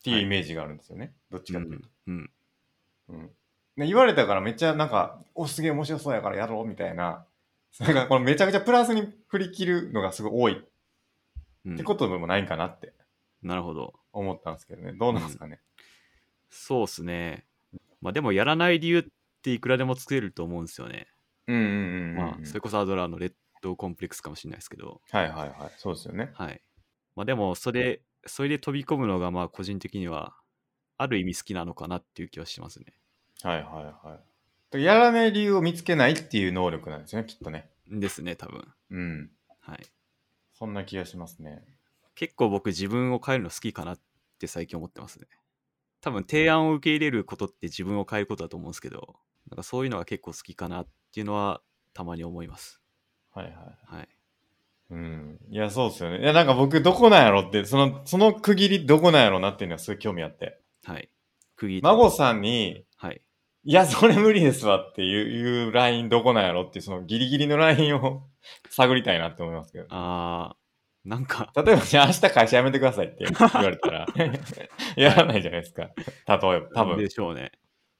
S1: っていう
S2: はい
S1: イメージがあるんですよね。どっち
S2: う
S1: かっていうんと。。
S2: うん。
S1: うんで言われたからめっちゃなんか、お、すげえ面白そうやからやろうみたいな、 なんかこのめちゃくちゃプラスに振り切るのがすごい多い
S2: うん
S1: ってことでもないんかなって
S2: なるほど。
S1: 思ったんですけどね。どうなんですかね。
S2: そうっすね。まあでもやらない理由っていくらでも作れると思うんですよね。
S1: うんうんうんうん。
S2: まあそれこそアドラーのレッドコンプレックスかもしれないですけど。
S1: はいはいはい。そうですよね。
S2: はい。まあでもそれ、それで飛び込むのがまあ個人的にはある意味好きなのかなっていう気はしますね。
S1: はいはいはい。だからやらない理由を見つけないっていう能力なんですよね、きっとね。
S2: ですね、多分。
S1: うん。
S2: はい。
S1: そんな気がしますね。
S2: 結構僕自分を変えるの好きかなって最近思ってますね。多分提案を受け入れることって自分を変えることだと思うんですけど、なんかそういうのが結構好きかなっていうのはたまに思います。
S1: はいはい。
S2: はい。
S1: うん。いや、そうですよね。いや、なんか僕、どこなんやろって、その、その区切りどこなんやろなっていうのはすごい興味あって。
S2: はい。区切りと
S1: 孫さんに、
S2: はい。
S1: いや、それ無理ですわっていう、いうラインどこなんやろっていう、そのギリギリのラインを 探りたいなって思いますけど。
S2: あー、なんか、
S1: 例えば、じゃあ明日会社辞めてくださいって言われたら、 やらないじゃないですか。例えば、 多分。
S2: でしょうね。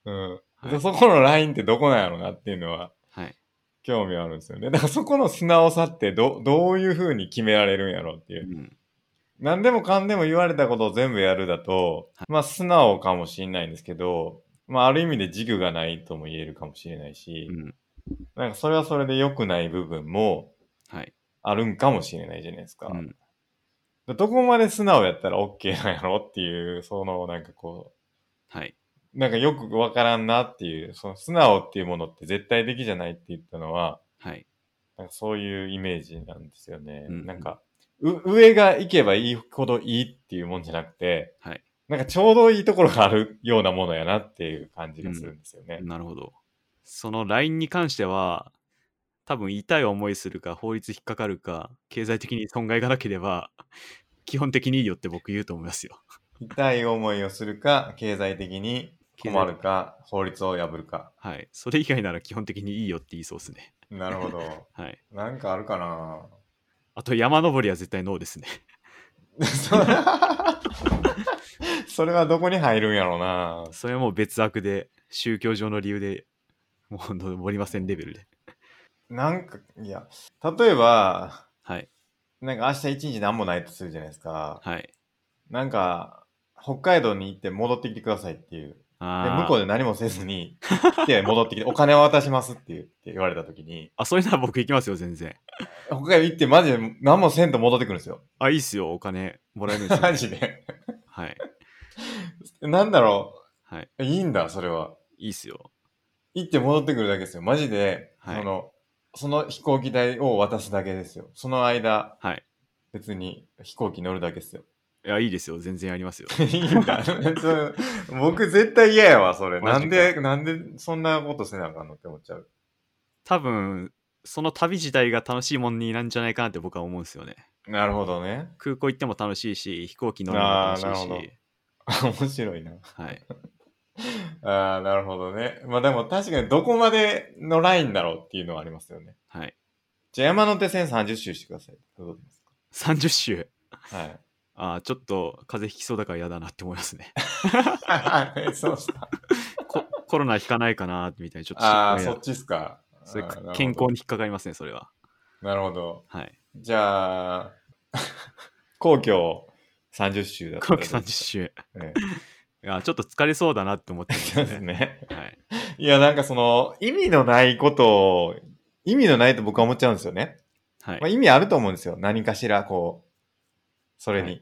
S1: うん。
S2: はい
S1: そこのラインってどこなんやろなっていうのは、
S2: はい。
S1: 興味あるんですよね。だからそこの素直さってど、どういう風に決められるんやろうっていうう。
S2: ん。
S1: 何でもかんでも言われたことを全部やるだと、まあ素直かもしれないんですけど、まあある意味で軸がないとも言えるかもしれないし
S2: う、ん。
S1: なんかそれはそれで良くない部分も
S2: はい。
S1: あるんかもしれないじゃないですか。
S2: うん。
S1: でどこまで素直やったら OK なんやろっていう、そのなんかこ
S2: はい。
S1: う、なんかよくわからんなっていう、その素直っていうものって絶対的じゃないって言ったのは、
S2: はい。
S1: なんかそういうイメージなんですよね。
S2: うん
S1: なんか、う上が行けばいいほどいいっていうもんじゃなくて、
S2: はい。
S1: なんかちょうどいいところがあるようなものやなっていう感じがするんですよね。
S2: なるほど。その LINE に関しては、多分痛い思いするか、法律引っかかるか、経済的に損害がなければ、基本的にいいよって僕言うと思いますよ。
S1: 痛い思いをするか、経済的に困るか、法律を破るか。
S2: はい。それ以外なら基本的にいいよって言いそうですね。
S1: なるほ ど。
S2: はい。
S1: なんかあるかな
S2: あと山登りは絶対ノーですね。
S1: それそれはどこに入るんやろうな。
S2: それはもう別悪で、宗教上の理由で、もう登りませんレベルで。
S1: なんか、いや、例えば、
S2: はい。
S1: なんか明日一日何もないとするじゃないですか。
S2: はい。
S1: なんか、北海道に行って戻ってきてくださいっていう。で
S2: あー
S1: 向こうで何もせずに、来て戻ってきて、お 金を渡しますって言って言われた時に、
S2: あ、それなら僕行きますよ、全然。
S1: 北海道行ってマジで何もせんと戻ってくるん ですよ。
S2: あ、いいっすよ、お金もらえるんです よ。
S1: マジで。
S2: はい。
S1: なんだろ
S2: はい。
S1: う。いいんだ、それは。
S2: いいっすよ。
S1: 行って戻ってくるだけですよ。マジで、
S2: はい
S1: その、その飛行機代を渡すだけですよ。その間、
S2: はい。
S1: 別に飛行機乗るだけですよ。
S2: いや、いいですよ、全然やりますよ。
S1: いいんだ。 そう僕絶対嫌やわ、それ。な
S2: マ
S1: ん
S2: ジ
S1: で、
S2: か
S1: なんでそんなことせなあかんのって思っちゃう。
S2: 多分その旅自体が楽しいもんになんじゃないかなって僕は思うんですよね
S1: なるほどね。
S2: 空港行っても楽しいし飛行機乗るのも楽し
S1: あーないる
S2: し
S1: 面白いな。
S2: はい
S1: ああ、なるほどね。まあでも確かにどこまでのラインだろうっていうのはありますよね。
S2: はい
S1: じゃあ山手線30周してください。どうです
S2: 30周
S1: かはい。
S2: あーちょっと風邪ひきそうだから嫌だなって思いますね
S1: そうっすか。
S2: ココロナひかないかなみたいにちょっと心
S1: ああ、
S2: 配
S1: そ
S2: な
S1: っちっすか。
S2: それ
S1: あーなるほど
S2: 健康に引っかかりますねそれは
S1: なるほど。
S2: はい
S1: じゃあ、皇居30周だっ た
S2: 飛行
S1: ら
S2: 機
S1: どう
S2: 30
S1: です
S2: 周
S1: か。え
S2: いやーちょっと疲れそうだなって思ってま
S1: えそうですす
S2: ね
S1: ね。
S2: はい
S1: いや、なんかその、意味のないことを、意味のないと僕は思っちゃうんですよね。
S2: はい、
S1: まあ、意味あると思うんですよ。何かしら、こう、それに。
S2: は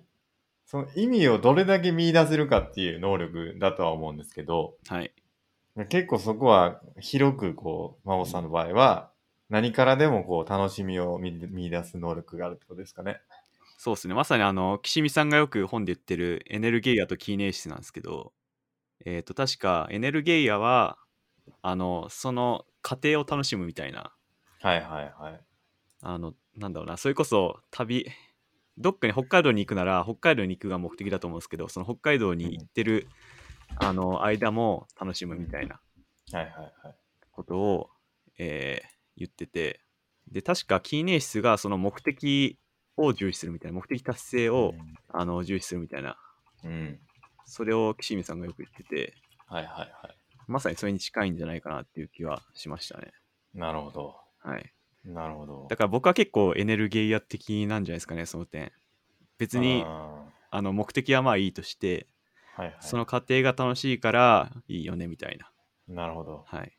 S1: その意味をどれだけ見出せるかっていう能力だとは思うんですけど、
S2: はい、
S1: 結構そこは広く、こう、孫さんの場合は、何からでもこう、楽しみを見見出す能力があるってことですかね。
S2: そうですねまさにあの岸見さんがよく本で言ってるエネルゲイアとキーネイシスなんですけどえっ、と確かエネルゲイアはあのその過程を楽しむみたいな
S1: はいはいはい。
S2: あのなんだろうなそれこそ旅どっかに北海道に行くなら北海道に行くが目的だと思うんですけどその北海道に行ってる、あの間も楽しむみたいな
S1: はいはいはい。
S2: ことを、えー言っててで確かキーネーシスがその目的を重視するみたいな目的達成を、あの重視するみたいな
S1: うん。うん。
S2: それを岸見さんがよく言ってて
S1: はいはいは
S2: まさにそれに近いんじゃないかなっていう気はしましたね。
S1: い。なるほど。
S2: はい、
S1: なるほど。
S2: だから僕は結構エネルギーア的なんじゃないですかねその点別に
S1: あ
S2: あの目的はまあいいとして
S1: ーはいはい。
S2: その過程が楽しいからいいよねみたいな
S1: なるほど。
S2: はい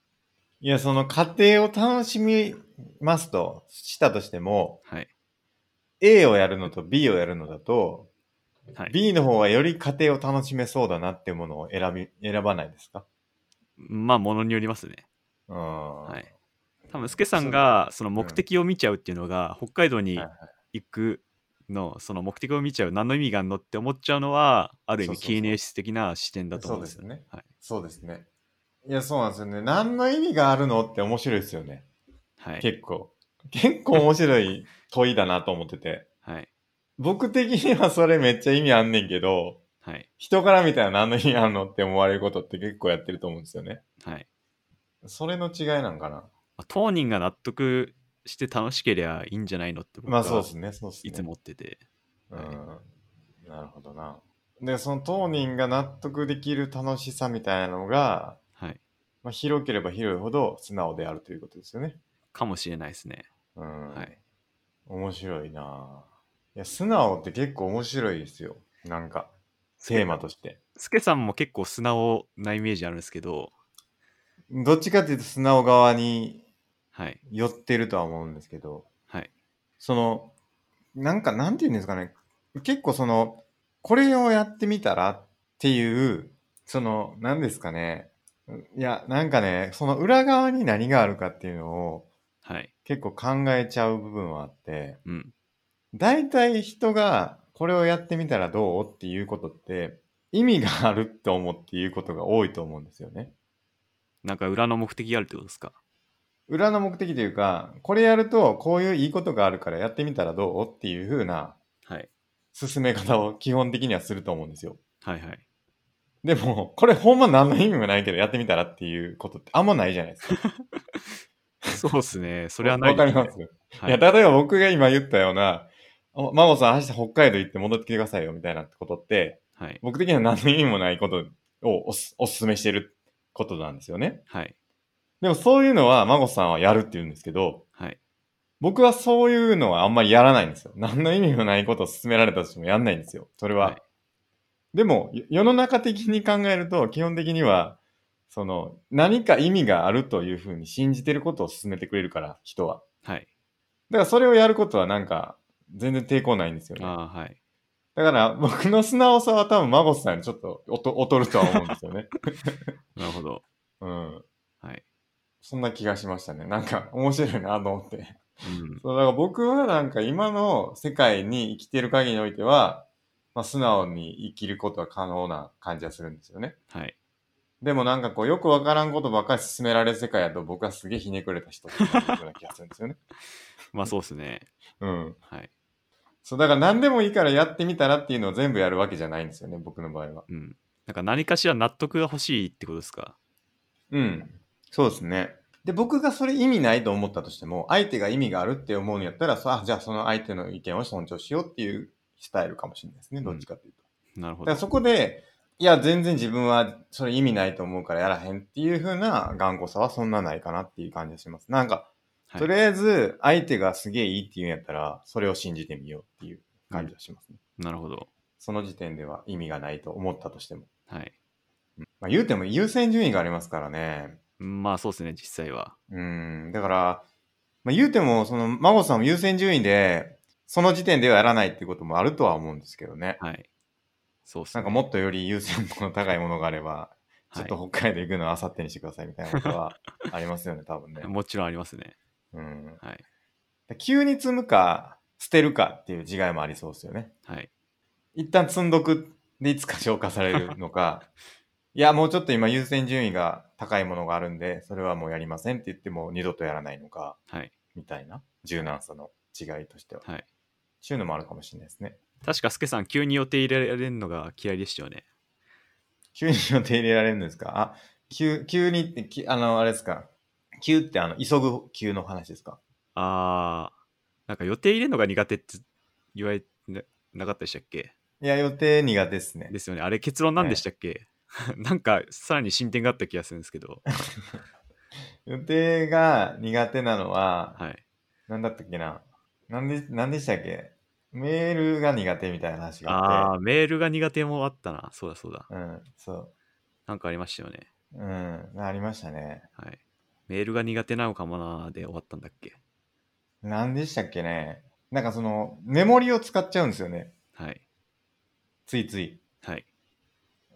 S1: いや、その過程を楽しみますとしたとしても、
S2: はい
S1: A をやるのと B をやるのだと、
S2: はい
S1: B の方はより過程を楽しめそうだなっていうものを選び、選ばないですか
S2: まあものによりますね
S1: うん。は
S2: はい多分スケさんがその目的を見ちゃうっていうのが、北海道に
S1: はいはい
S2: 行くのその目的を見ちゃう何の意味があるのって思っちゃうのはある意味
S1: そうそうそう
S2: 経営質的な視点だと思うんですよ
S1: そうですね
S2: はい
S1: そうですね。いや、そうなんですよね。何の意味があるのって面白いですよね。
S2: はい、
S1: 結構。結構面白い問いだなと思ってて。
S2: はい
S1: 僕的にはそれめっちゃ意味あんねんけど、
S2: はい
S1: 人から見たら何の意味あんのって思われることって結構やってると思うんですよね。
S2: はい
S1: それの違いなんかな。
S2: まあ当人が納得して楽しければいいんじゃないのって僕
S1: まあそう
S2: は
S1: ですね、そうですね。
S2: いつも思ってて、
S1: うん
S2: はい。
S1: なるほどな。で、その当人が納得できる楽しさみたいなのが、
S2: はい、
S1: まあ、広ければ広いほど素直であるということですよね。
S2: かもしれないですね
S1: うん。
S2: はい
S1: 面白いなぁいや、素直って結構面白いですよ。なんか、テーマとして。
S2: スケさんも結構素直なイメージあるんですけど
S1: どっちかっていうと素直側に
S2: はい
S1: 寄ってるとは思うんですけど、
S2: はい
S1: その、なんか、なんて言うんですかね。結構その、これをやってみたらっていう、その、なんですかね。いや、なんかね、その裏側に何があるかっていうのを
S2: はい
S1: 結構考えちゃう部分はあって、
S2: うん
S1: 大体人がこれをやってみたらどうっていうことって、意味があるって思っていうことが多いと思うんですよね。
S2: なんか裏の目的があるってことですか
S1: 裏の目的というか、これやるとこういういいことがあるからやってみたらどうっていう風な
S2: はい
S1: 進め方を基本的にはすると思うんですよ。
S2: はいはい
S1: でも、これほんま何の意味もないけどやってみたらっていうことってあんまないじゃないですか。
S2: そうですねそ
S1: そ
S2: れはない
S1: わか
S2: で
S1: り
S2: すね
S1: ます、
S2: はい
S1: い、や、例えば僕が今言ったような、おマモさん明日北海道行って戻ってきてくださいよみたいなことって、
S2: はい
S1: 僕的には何の意味もないことをおすお勧めしてることなんですよね。
S2: はい
S1: でもそういうのはマゴさんはやるって言うんですけど、
S2: はい
S1: 僕はそういうのはあんまりやらないんですよ。何の意味もないことを勧められたとしてもやんないんですよ。それは。
S2: はい
S1: でも、よ世の中的に考えると、基本的には、その、何か意味があるというふうに信じてることを勧めてくれるから、人は。
S2: はい
S1: だからそれをやることはなんか、全然抵抗ないんですよね。
S2: ああはい
S1: だから僕の素直さは多分マゴスさんにちょっとおと劣るとは思うんですよね。
S2: なるほど
S1: うん。
S2: はい、
S1: そんな気がしましたね。なんか面白いなと思って。
S2: うん、
S1: そう、だから僕はなんか今の世界に生きてる限りにおいては、まあ素直に生きることは可能な感じはするんですよね。
S2: はい
S1: でもなんかこうよくわからんことばっかり進められる世界だと僕はすげえひねくれた人ってなるような気がするんですよね。
S2: まあそうですね
S1: うん。
S2: はい
S1: そう、だから何でもいいからやってみたらっていうのを全部やるわけじゃないんですよね、僕の場合は。
S2: うんなんか何かしら納得が欲しいってことですか
S1: うん。そうですね。で、僕がそれ意味ないと思ったとしても、相手が意味があるって思うんやったら、さあ、じゃあその相手の意見を尊重しようっていうスタイルかもしれないですね、どっちかっていうと。
S2: なるほ
S1: だか
S2: ど
S1: らそこで、いや、全然自分はそれ意味ないと思うからやらへんっていう風な頑固さはそんなないかなっていう感じがします。なんか、
S2: はい
S1: とりあえず相手がすげえいいって言うんやったら、それを信じてみようっていう感じがしますね。
S2: なるほど
S1: その時点では意味がないと思ったとしても。
S2: はい
S1: まあ言うても優先順位がありますからね。
S2: まあそうですね実際は
S1: うん、だから、まあ言うても、その、孫さんも優先順位で、その時点ではやらないってこともあるとは思うんですけどね。
S2: はいそうです
S1: な
S2: ね
S1: んかもっとより優先度の高いものがあれば、ちょっ
S2: は
S1: と北海道行くのは明後日にしてくださいみたいなこと はありますよね、多分ね
S2: い、。もちろんありますね
S1: うん、
S2: はい
S1: 急に積むか、捨てるかっていう違いもありそうですよね。
S2: はい
S1: 一旦積んどくでいつか消化されるの か、いや、もうちょっと今優先順位が高いものがあるんで、それはもうやりませんって言っても二度とやらないのか、
S2: はい
S1: みたいな柔軟さの違いとしては。
S2: はい
S1: ちゅうのもあるかもしれないですね。
S2: 確か、スケさん、急に予定入れられるのが嫌いでしたよね。
S1: 急に予定入れられるんですかあ、急、急にって、きあの、あれですか急ってあの、急ぐ急の話ですか
S2: あー、なんか予定入れるのが苦手って言われてなかったでしたっけ
S1: いや、予定苦手ですね。
S2: ですよね。あれ、結論何でしたっけ、 なんか、さらに進展があった気がするんですけど。
S1: 予定が苦手なのは、
S2: はい。
S1: なんだったっけななんで、なんでしたっけメールが苦手みたいな話があっ
S2: あー、メールが苦手もあったな。そうだそうだ。
S1: て。うん、そ
S2: なんかありましたよね。
S1: う。うん、ありましたね。
S2: はい。メールが苦手なのかもなーで終わったんだっけ
S1: なんでしたっけねなんかその、メモリを使っちゃうんですよね。
S2: はい。
S1: ついつい。
S2: はい。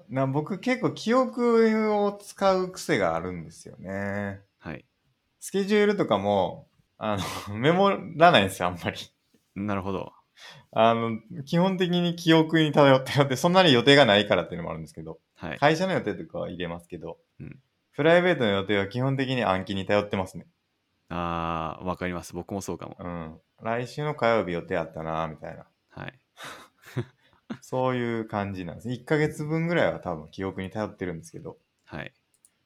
S1: な僕結構記憶を使う癖があるんですよね。
S2: はい。
S1: スケジュールとかも、あの、 メモらないんですよ、あんまり。
S2: なるほど。
S1: あの、基本的に記憶に漂ってって、そんなに予定がないからっていうのもあるんですけど、
S2: はい。
S1: 会社の予定とかは入れますけど、
S2: うん
S1: プライベートの予定は基本的に暗記に頼ってますね。
S2: あー、わかります。僕もそうかも。
S1: うん。来週の火曜日予定あったな、みたいな。
S2: はい。
S1: そういう感じなんです。1ヶ月分ぐらいは多分記憶に頼ってるんですけど、
S2: はい。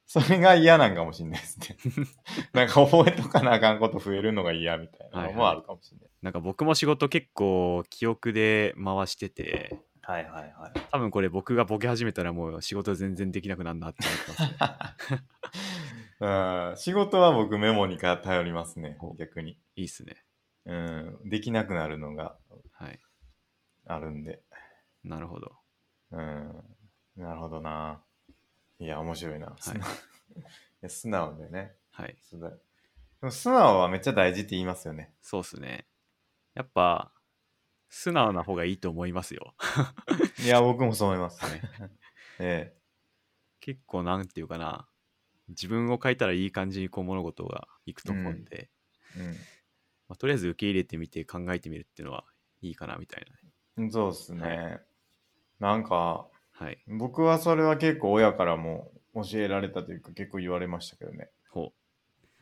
S1: それが嫌なんかもしれないです ね。なんか覚えとかなあかんこと増えるのが嫌みたいなのもあるかもしれない。
S2: なんか僕も仕事結構記憶で回してて、
S1: はいはいはい。
S2: 多分これ僕がボケ始めたらもう仕事全然できなくなるなって思 ってますね
S1: うん仕事は僕メモにか頼りますね
S2: ほう、
S1: 逆に。
S2: いいっすね。
S1: うん、できなくなるのが
S2: はい。
S1: あるんで。
S2: なるほど。
S1: うん、なるほどな。いや、面白いな。
S2: はい
S1: い や素直でね。
S2: はい。
S1: 素直でも素直はめっちゃ大事って言いますよ ね。
S2: そうっすね。やっぱ、素直な方がいいと思いますよ。
S1: いや、僕もそう思います。
S2: はい
S1: え
S2: 結構なんていうかな、自分を変えたらいい感じにこう物事がいくと思うんで、
S1: え
S2: まあ、とりあえず受け入れてみて考えてみるっていうのはいいかなみたいなね。
S1: うん。そうっすね。
S2: は
S1: なんか、
S2: はい。
S1: 僕はそれは結構親からも教えられたというか結構言われましたけどね。
S2: ほ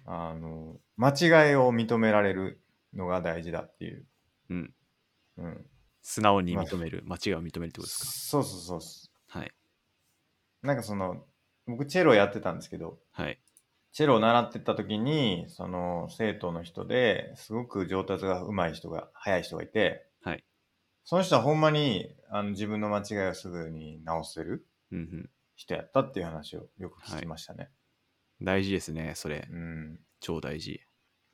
S1: あの、間違いを認められるのが大事だっていう。
S2: う。うん。
S1: うん。
S2: 素直に認める、間違いを認めるってことですか。
S1: そうそうそうっす。
S2: はい。
S1: なんかその、僕チェロやってたんですけど、
S2: はい。
S1: チェロを習ってた時に、その生徒の人ですごく上達が上手い人が、早い人がいて、
S2: はい。
S1: その人はほんまにあの自分の間違いをすぐに直せる
S2: うんうん。
S1: 人やったっていう話をよく聞きましたね。
S2: 大事ですね、それ。
S1: うん。
S2: 超大事。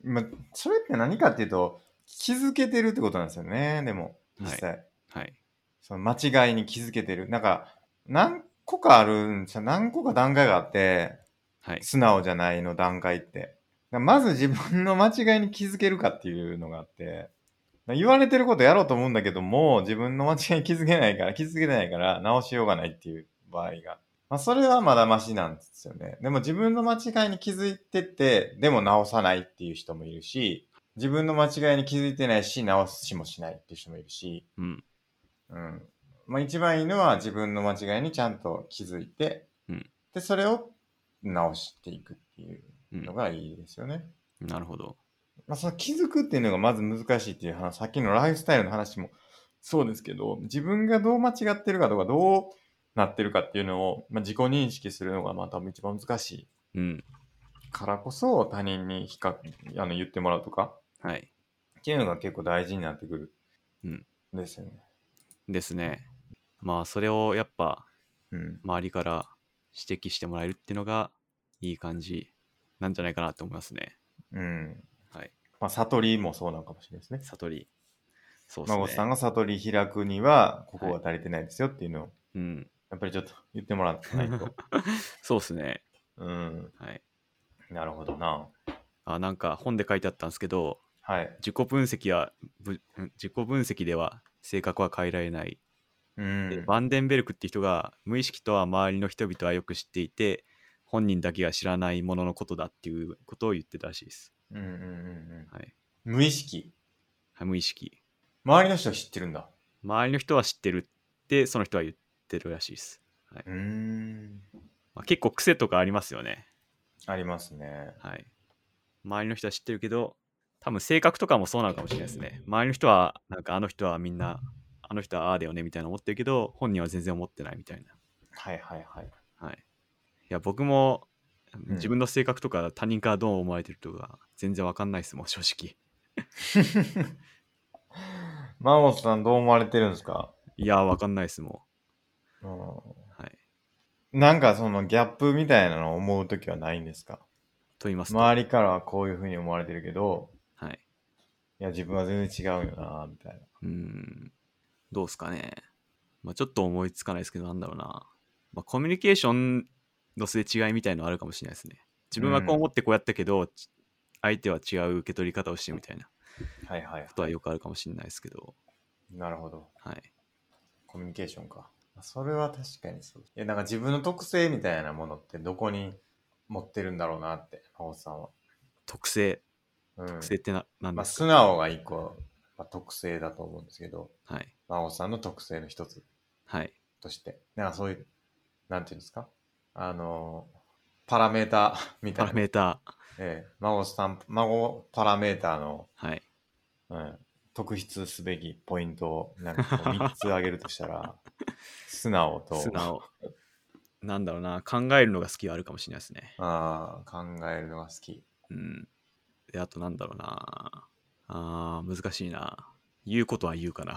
S1: ま、それって何かっていうと、気づけてるってことなんですよね、でも、実際。
S2: はい。
S1: その間違いに気づけてる。なんか、何個かあるんじゃ、何個か段階があって、
S2: はい。
S1: 素直じゃないの段階って。だまず自分の間違いに気づけるかっていうのがあって、だ言われてることやろうと思うんだけども、自分の間違いに気づけないから、気づけないから直しようがないっていう場合が。まあ、それはまだマシなんですよね。でも自分の間違いに気づいてて、でも直さないっていう人もいるし、自分の間違いに気づいてないし、直しもしないっていう人もいるし、
S2: うん。
S1: うん。まあ、一番いいのは自分の間違いにちゃんと気づいて、
S2: うん
S1: で、それを直していくっていう
S2: うん
S1: のがいいですよね。
S2: なるほど。
S1: まあ、その気づくっていうのがまず難しいっていう話、さっきのライフスタイルの話もそうですけど、自分がどう間違ってるかとか、どうなってるかっていうのを、まあ、自己認識するのがまあ多分一番難しい
S2: うん。
S1: からこそ、他人に比較、あの、言ってもらうとか、
S2: はい。
S1: っていうのが結構大事になってくる。
S2: うん。
S1: ですよね。
S2: ですね。まあ、それをやっぱ、
S1: うん。
S2: 周りから指摘してもらえるっていうのが、いい感じなんじゃないかなと思いますね。
S1: うん。
S2: はい。
S1: まあ、悟りもそうなのかもしれないですね。
S2: 悟り。そうですね。
S1: 孫さんが悟り開くには、ここが足りてないですよっていうのを、
S2: うん。
S1: やっぱりちょっと言ってもらってないと。
S2: そうですね。
S1: うん。
S2: はい。
S1: なるほどな。
S2: あ、なんか本で書いてあったんですけど、
S1: はい。
S2: 自己分析は、ぶん自己分析では性格は変えられない。
S1: うん。
S2: でバンデンベルクって人が無意識とは周りの人々はよく知っていて本人だけが知らないもののことだっていうことを言ってたらしいです。
S1: うんうんうん
S2: はい、
S1: うん。無意識。
S2: はい無意識。
S1: 周りの人は知ってるんだ。
S2: 周りの人は知ってるってその人は言ってるらしいです。
S1: うーん。
S2: まあ、結構癖とかありますよね。
S1: ありますね。
S2: はい。周りの人は知ってるけど多分性格とかもそうなのかもしれないですね。周りの人は、なんかあの人はみんな、あの人はああだよねみたいな思ってるけど、本人は全然思ってないみたい
S1: はいはいはい。
S2: な。はい。いや、僕も
S1: ん
S2: 自分の性格とか他人からどう思われてるとか、全然わかんないですもん、正 直。
S1: マンモスさんどう思われてるんですか、
S2: いや、わかんないですも
S1: うん、
S2: ん。はい。
S1: なんかそのギャップみたいなのを思うときはないんですか
S2: と言いますと、
S1: 周りからはこういうふうに思われてるけど、
S2: はい。
S1: いや自分は全然違うよな、みたいな。
S2: うーん、どうですかね。まあ、ちょっと思いつかないですけど、なんだろうな。まあ、コミュニケーションのすれ違いみたいのあるかもしれないですね。自分はこう思ってこうやったけど、ち相手は違う受け取り方をしてみたいな
S1: はいはい
S2: こ。とはよくあるかもしれないですけど、
S1: なるほど。
S2: はい。
S1: コミュニケーションか。それは確かにそう。え、なんか自分の特性みたいなものってどこに持ってるんだろうなって、マンモスさんは。
S2: 特性、
S1: うん、
S2: 特性ってな,、ん、
S1: ま
S2: で
S1: あ、
S2: す
S1: 素直が一個、まあ、特性だと思うんですけど、
S2: かはい。
S1: 真央さんの特性の一つ
S2: はい。
S1: として、なんかそういう、なんていうんですかあのー、パラメーター みた
S2: パ
S1: い
S2: ラ
S1: な。
S2: メータ
S1: ええ、真央さん、孫パラメーターの、
S2: ー、はい。
S1: うん、特筆すべきポイントを、なんか こう3つ挙げるとしたら、素直と、
S2: 素直。なんだろうな、考えるのが好きはあるかもしれないですね。
S1: あー考えるのが好き。
S2: うん。で、あとなんだろうな。あー、難しいな。言うことは言うかな。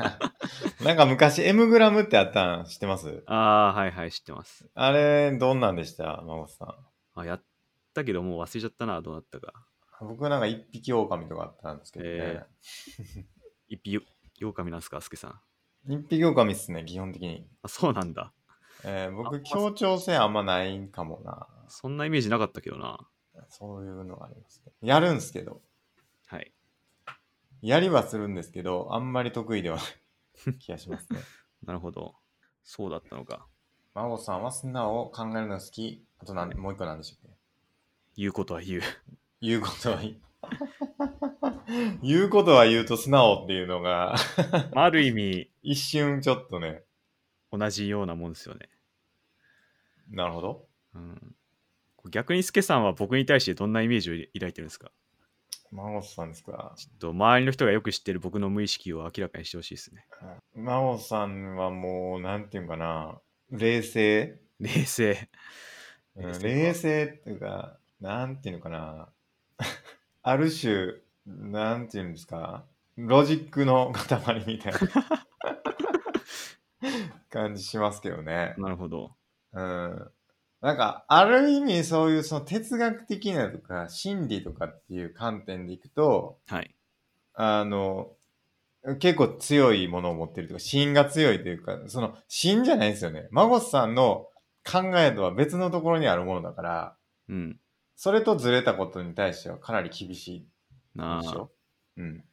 S1: なんか昔、M グラムってあったん知ってます
S2: ああ、はいはい、知ってます。
S1: あれ、どんなんでした真央さん。
S2: あ、やったけど、もう忘れちゃったな、どうなったか。
S1: 僕なんか一匹狼とかあったんですけどね。
S2: え一匹よ、狼なんすか、すけさん。
S1: 一匹狼っすね、基本的に。
S2: あ、そうなんだ。
S1: えー
S2: あ
S1: 僕、協調性あんまないんかもな。
S2: そんなイメージなかったけどな。
S1: そういうのがありますね。やるんすけど、
S2: はい。
S1: やりはするんですけど、あんまり得意では ない気がしますね。
S2: なるほど。そうだったのか。
S1: 真央さんは素直を考えるのが好き。あとなん、
S2: はい
S1: もう一個なんでしょうね。
S2: 言うことは言う。
S1: 言うことは言う。言うことは言うと素直っていうのが、
S2: まあ、ある意味、
S1: 一瞬ちょっとね、
S2: 同じようなもんですよね。
S1: なるほど。
S2: うん。こう逆にすけさんは僕に対してどんなイメージを抱いてるんですか
S1: 真央さんですか。
S2: ちょっと周りの人がよく知ってる僕の無意識を明らかにしてほしいで すね。
S1: 真央さんはもう、なんていうんかな、冷静
S2: 冷静。
S1: うん
S2: 冷
S1: 冷静っていうか、なんていうのかな。 ある種、なんていうんですか。ロジックの塊みたいな感じしますけどね。
S2: なるほど。
S1: うん。なんか、ある意味そういうその哲学的なとか、心理とかっていう観点でいくと、
S2: はい。
S1: あの、結構強いものを持ってるというか、芯が強いというか、その芯じゃないですよね。孫さんの考えとは別のところにあるものだから、
S2: うん。
S1: それとずれたことに対してはかなり厳しい
S2: な
S1: でし
S2: あ、
S1: ょうん。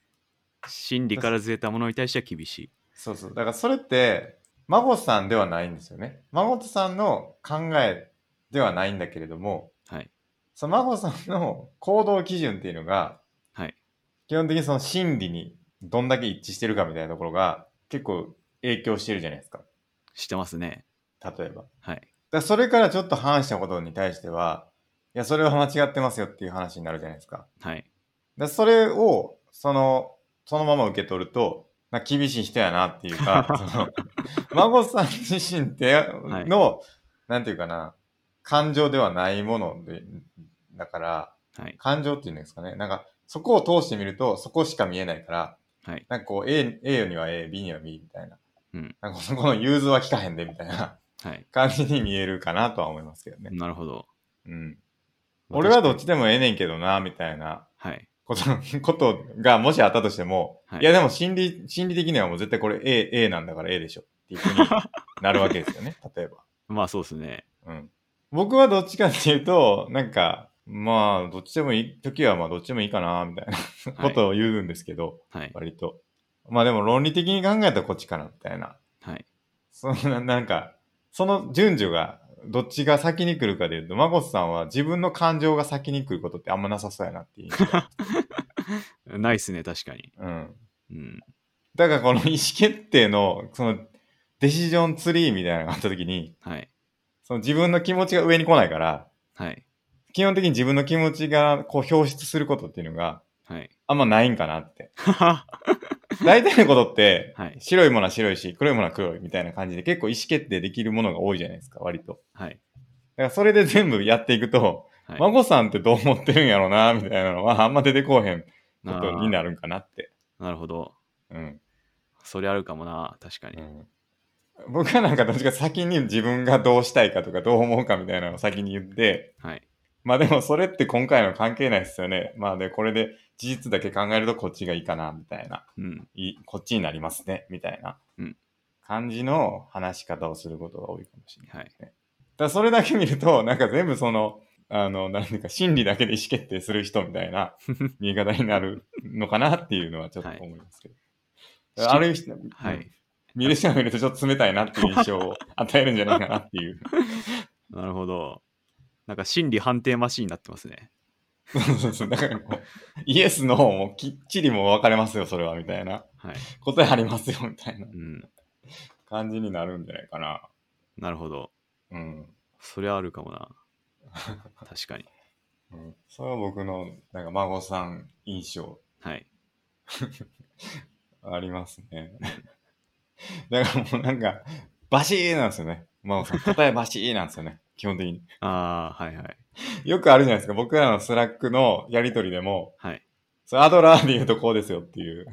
S2: 心理からずれたものに対しては厳しい。
S1: そうそう。だからそれって、孫さんではないんですよね。孫さんの考えではないんだけれども、
S2: はい。
S1: その孫さんの行動基準っていうのが、
S2: はい。
S1: 基本的にその心理にどんだけ一致してるかみたいなところが結構影響してるじゃないですか。
S2: してますね。
S1: 例えば。だか
S2: はい。
S1: らそれからちょっと反したことに対しては、いや、それは間違ってますよっていう話になるじゃないですか。
S2: はい。
S1: で、それを、その、そのまま受け取ると、な厳しい人やなっていうか、 その、孫さん自身って
S2: い
S1: の、なんていうかな、感情ではないもので、だから、
S2: はい。
S1: 感情っていうんですかね。なんか、そこを通してみると、そこしか見えないから、
S2: はい。
S1: なんかこう、A、A には A、B には B みたいな。
S2: うん
S1: なんかそこの融通は効かへんで、みたいな
S2: はい。
S1: 感じに見えるかなとは思いますけどね。
S2: なるほど。
S1: うん。俺はどっ
S2: 確
S1: ちでもええねんけどな、みたいな
S2: かにはい。
S1: こと、ことがもしあったとしても、
S2: はい
S1: い、やでも心理、心理的にはもう絶対これ A、A なんだから A でしょっていうふうになるわけです よね、例えば。
S2: まあそうですね。
S1: うん。僕はどっちかっていうと、なんか、まあ、どっちでもいい、時はまあどっちでもいいかな、みたいな
S2: はい
S1: ことを言うんですけど、
S2: はい。
S1: 割と。まあでも論理的に考えたらこっちかな、みたいな。
S2: はい。
S1: そんな、なんか、その順序が、どっちが先に来るかで言うと、マコスさんは自分の感情が先に来ることってあんまなさそうやな っていう。
S2: ないっすね、確かに。
S1: うん。
S2: うん。
S1: だからこの意思決定の、その、デシジョンツリーみたいなのがあった時に、
S2: はい。
S1: その自分の気持ちが上に来ないから、
S2: はい。
S1: 基本的に自分の気持ちがこう表出することっていうのが
S2: はい。
S1: あんまないんかなって。
S2: は
S1: 大体のことって、
S2: はい
S1: 白いものは白いし、黒いものは黒いみたいな感じで結構意思決定できるものが多いじゃないですか、割と。
S2: はい。
S1: だからそれで全部やっていくと、
S2: はい
S1: 孫さんってどう思ってるんやろうな、みたいなのはあんま出てこうへんことになるんかなって。
S2: あーなるほど。
S1: うん。
S2: それあるかもな、確かに。
S1: うん僕はなんか確か先に自分がどうしたいかとかどう思うかみたいなのを先に言って、
S2: はい。
S1: まあでもそれって今回の関係ないですよね。まあで、これで事実だけ考えるとこっちがいいかな、みたいな。
S2: うん。
S1: いこっちになりますね、みたいな
S2: うん
S1: 感じの話し方をすることが多いかもしれない。
S2: はい。
S1: だからそれだけ見ると、 なんか全部その、あの、なんていうか、心理だけで意思決定する人みたい な見え方になるのかなっていうのはちょっと思いますけど。
S2: はい
S1: ある意味、
S2: は
S1: うん
S2: い。
S1: 見る人が見るとちょっと冷たいなっていう印象を与えるんじゃないかなっていう。
S2: なるほど。なんか心理判定マシンになってますね。
S1: そうそうそう。だからこう、イエス、ノーもきっちりもう分かれますよ、それは、みたいな。
S2: はい。
S1: 答えありますよ、みたいな
S2: うん。
S1: 感じになるんじゃないかな。
S2: なるほど。
S1: うん。
S2: それあるかもな。確かに。
S1: うん、それは僕の、なんか孫さん印象
S2: はい。
S1: ありますね。 だからもうなんか、バシーなんですよね。まあ、答えバシーなんですよね。基本的に。
S2: ああ、はいはい。
S1: よくあるじゃないですか。僕らのスラックのやりとりでも、
S2: はい。
S1: それアドラーで言うとこうですよっていう。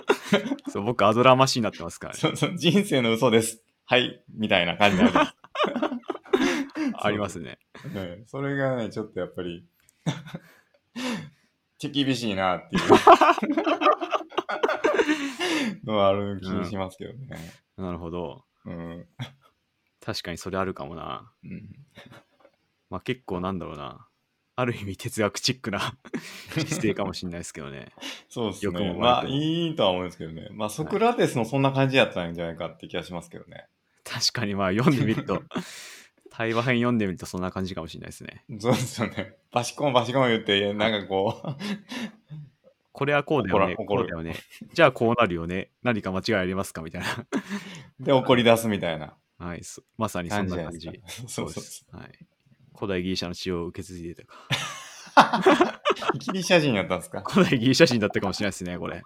S2: そう、僕、アドラーマシンになってますからね。
S1: そそ人生の嘘です。はい。みたいな感じになるじゃないですか
S2: ありますね。
S1: そううんそれがね、ちょっとやっぱり、手厳しいなっていうのはある気しますけどね。
S2: なるほど。
S1: うん。
S2: 確かにそれあるかもな。
S1: うん
S2: まあ結構なんだろうな。ある意味哲学チック な姿勢かもしれないですけどね。
S1: そうです
S2: よくも
S1: ね。
S2: 悪くも
S1: まあ、いいとは思うんですけどね。まあ、ソクラテスのそんな感じやったんじゃないかって気がしますけどね。
S2: 確かにまあ読んでみると、対話編読んでみるとそんな感じかもしれないですね。
S1: そうですよね。 バシコンバシコン言って、なんかこう、
S2: これはこうだよね、
S1: 怒
S2: こ
S1: ら
S2: うだよね。じゃあこうなるよね。何か間違いありますかみたいな。
S1: で怒り出すみたいな
S2: はい、そまさにそ
S1: 感
S2: ん
S1: じ
S2: な
S1: じゃない
S2: 感じ。
S1: ですか。そうそうそ
S2: そうですはい。古代ギリシャの血を受け継いでたか。
S1: う。ギリシャ人やったんですか
S2: 古代ギリシャ人だったかもしれないですね、これ。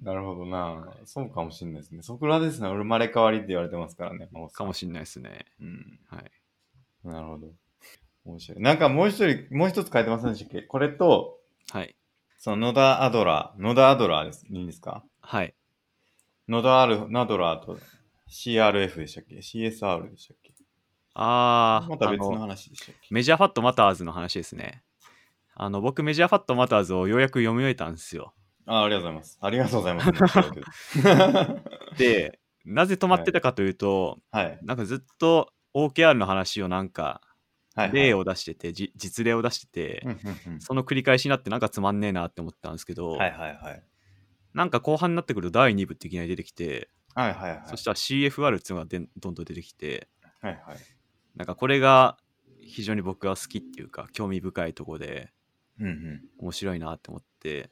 S1: なるほどな。そうかもしれないですね。ソクラテスの生まれ変わりって言われてますからね。真帆さ
S2: か
S1: ん
S2: もしれないですね。
S1: うん。
S2: はい。
S1: なるほど。面白い。なんかもう一人、もう一つ書いてませんでしたっけこれと、
S2: はい。
S1: その野田アドラー、野田アドラーです。いいんですか
S2: はい。
S1: ノダール、ナドラーと CRF でしたっけ ?CSR でしたっけ
S2: あー、
S1: また別
S2: あ
S1: の
S2: の
S1: 話でしたっけ
S2: メジャーファットマターズの話ですね。あの、僕、メジャーファットマターズをようやく読み終えたんですよ。
S1: あありがとうございます。ありがとうござ います。
S2: で、なぜ止まってたかというと、
S1: はい。はい
S2: なんかずっと OKR の話をなんか、
S1: はい。
S2: 例
S1: を。
S2: を出してて、じ実例を出してて、
S1: うんうんうん
S2: その繰り返しになってなんかつまんねえなって思ったんですけど、
S1: はいはいはい。
S2: なんか後半になってくると第2部っていきなり出てきて、
S1: はいはいはい。
S2: そしたら CFR っていうのがでどんどん出てきて、
S1: はいはい。
S2: なんかこれが非常に僕は好きっていうか、興味深いとこで、
S1: うんうん
S2: 面白いなって思って、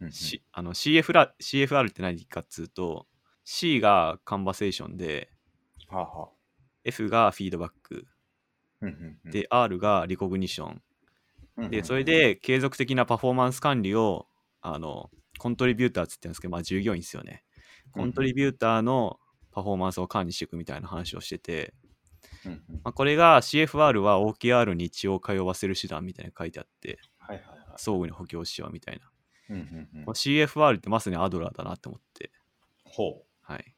S1: うんうん。
S2: C あの CF ら CFR って何かっつうと C がカンバセーションで
S1: はあはあ
S2: F がフィードバック
S1: うんうんうん
S2: で R がリコグニション
S1: うんうん
S2: でそれ、で継続的なパフォーマンス管理をあのコントリビューターっつってるんですけどまあ従業員ですよねコントリビューターのパフォーマンスを管理していくみたいな話をしてて、
S1: うんうん
S2: まあ、これが CFR は OKR に血を通わせる手段みたいなの書いてあって
S1: はいはいは
S2: 相互に補強しようみたいな、
S1: い。うんうんうん
S2: まあ、CFR ってまさにアドラーだなって思って
S1: ほう。
S2: はい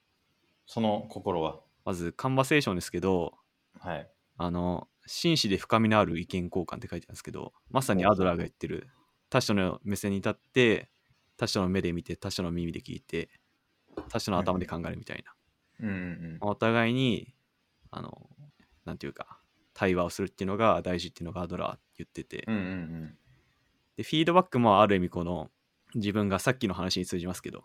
S1: その心は。
S2: まずカンバセーションですけど
S1: はい。
S2: あの真摯で深みのある意見交換って書いてあるんですけどまさにアドラーが言ってる他者の目線に立って他者の目で見て他者の耳で聞いて他者の頭で考えるみたいな、
S1: うんうん
S2: お互いにあのなんていうか対話をするっていうのが大事っていうのがアドラー言ってて、
S1: うん。うんうん
S2: でフィードバックもある意味この自分がさっきの話に通じますけど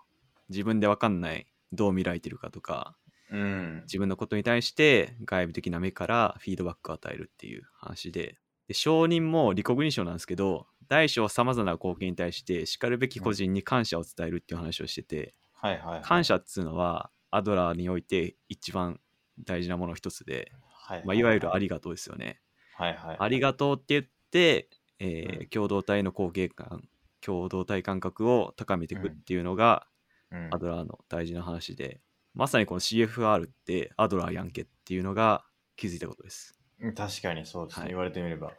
S2: 自分で分かんないどう見られてるかとか
S1: うん。うん。
S2: 自分のことに対して外部的な目からフィードバックを与えるっていう話でで承認もリコグニションなんですけど大小さまざまな貢献に対してしかるべき個人に感謝を伝えるっていう話をしてて、
S1: はいはいはい。
S2: 感謝っつうのはアドラーにおいて一番大事なもの一つで、
S1: はい。
S2: まあ、いわゆるありがとうですよね、
S1: はいはい。
S2: ありがとうって言っって、えー
S1: うん
S2: 共同体の後継感共同体感覚を高めていくっていうのが、
S1: うん
S2: アドラーの大事な話でまさにこの CFR ってアドラーやんけっていうのが気づいたことです。
S1: うん確かにそうですね、
S2: はい
S1: 言われてみれば。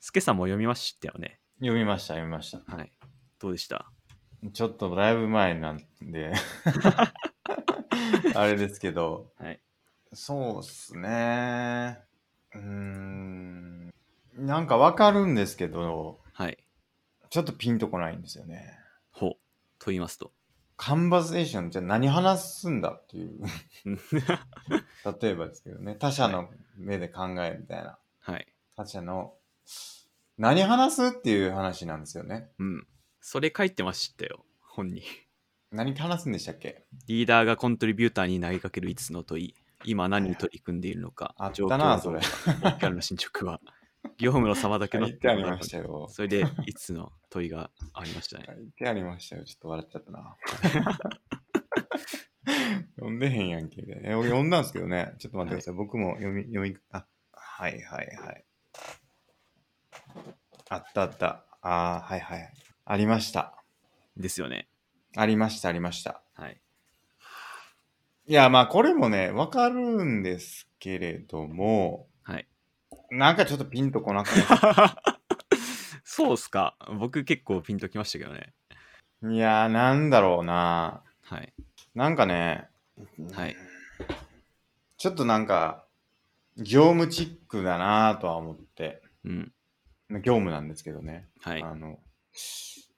S2: スケさんも読みましたよね。
S1: 読みました、読みました。
S2: はい。どうでした
S1: ちょっとだいぶ前なん で、あれですけど、
S2: はい。
S1: そうっすね。うーん。なんかわかるんですけど、
S2: はい。
S1: ちょっとピンとこないんですよね。
S2: ほう。と言いますと。
S1: カンバセーションじゃあ何話すんだっていう。例えばですけどね。他者の目で考えみたいな。
S2: はい。
S1: 他者の何話すっていう話なんですよね。
S2: うん。それ書いてましたよ。本に。
S1: 何話すんでしたっけ
S2: リーダーがコントリビューターに投げかける5つの問い。今何に取り組んでいるのか。
S1: あったな、そ
S2: 状況
S1: れ。
S2: 動機あるの進捗は。業務の様だけ
S1: 言
S2: の。
S1: ってありましたよ。
S2: それで5つの問いがありましたね。
S1: 書いてありましたよ。ちょっと笑っちゃったな。 読んでへんやんけ。みたいなえ俺読んだんですけどね。ちょっと待ってください。僕も読み、読み、あ、はいはいはい。あったあった。ああ、はいはい。ありました。
S2: ですよね。
S1: ありました、ありました。
S2: はい。
S1: いや、まあ、これもね、わかるんですけれども、
S2: はい。
S1: なんかちょっとピンとこなくて。
S2: そうっすか。僕結構ピンときましたけどね。
S1: いやー、なんだろうな。
S2: はい。
S1: なんかね、
S2: はい。
S1: ちょっとなんか、業務チックだなとは思って、
S2: うん。
S1: まあ業務なんですけどね。
S2: はい。
S1: あの、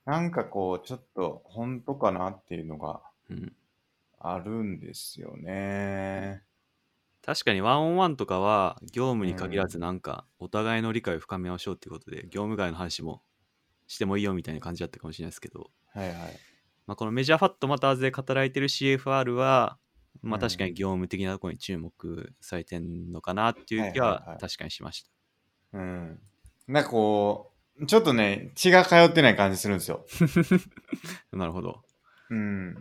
S1: なんかこう、ちょっと本当かなっていうのが
S2: うん
S1: あるんですよね。
S2: 確かにワンオンワンとかは業務に限らずなんかお互いの理解を深めましょうっていうことで業務外の話もしてもいいよみたいな感じだったかもしれないですけど、
S1: はいはい。
S2: まあ、このメジャーファットマターズで語られてる CFR はま
S1: う
S2: あ
S1: ん
S2: 確かに業務的なところに注目されてんのかなっていう気
S1: はいはいは
S2: はい確かにしました。
S1: うん。なんかこう、ちょっとね、血が通ってない感じするんですよ。
S2: なるほど。
S1: うん。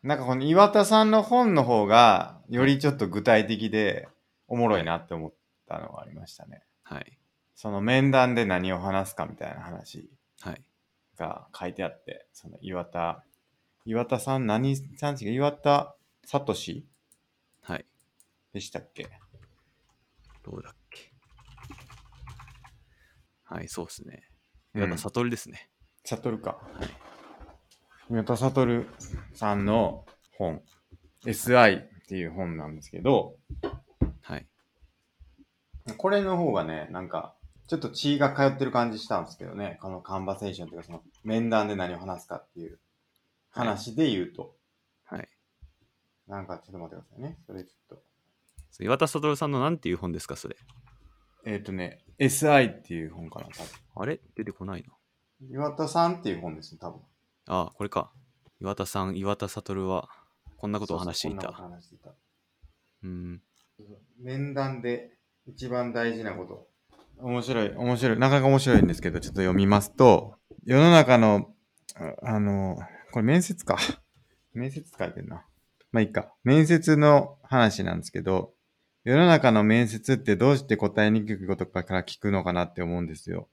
S1: なんかこの岩田さんの本の方が、よりちょっと具体的で、おもろいなって思ったのがありましたね。
S2: はい。
S1: その面談で何を話すかみたいな話
S2: はい。
S1: が書いてあって、その岩田、岩田さん何さん違う岩田さとし
S2: はい。
S1: でしたっけ
S2: どうだっけ。はい、そうですね。やっぱ悟りですね。
S1: さとるか。岩田さとるさんの本、SI っていう本なんですけど、
S2: はい。
S1: これの方がね、なんか、ちょっと血が通ってる感じしたんですけどね、このカンバセーションというか、その面談で何を話すかっていう話で言うと、
S2: はい。
S1: なんかちょっと待ってくださいね。それちょっと。
S2: そう岩田悟さんのなんていう本ですか、それ。
S1: えっ、とね、SI っていう本かな、多分。
S2: あれ出てこないな。
S1: 岩田さんっていう本ですね、多分。
S2: ああ、これか。岩田さん、岩田悟は、こんなことを話してい
S1: そうそうこ
S2: た。
S1: んなこと話していた。
S2: うん。
S1: 面談で一番大事なこと。面白い、面白い。なかなか面白いんですけど、ちょっと読みますと、世の中の、ああの、これ面接か。面接書いてんな。まあいいか。面接の話なんですけど、世の中の面接ってどうして答えにくいことから聞くのかなって思うんですよ。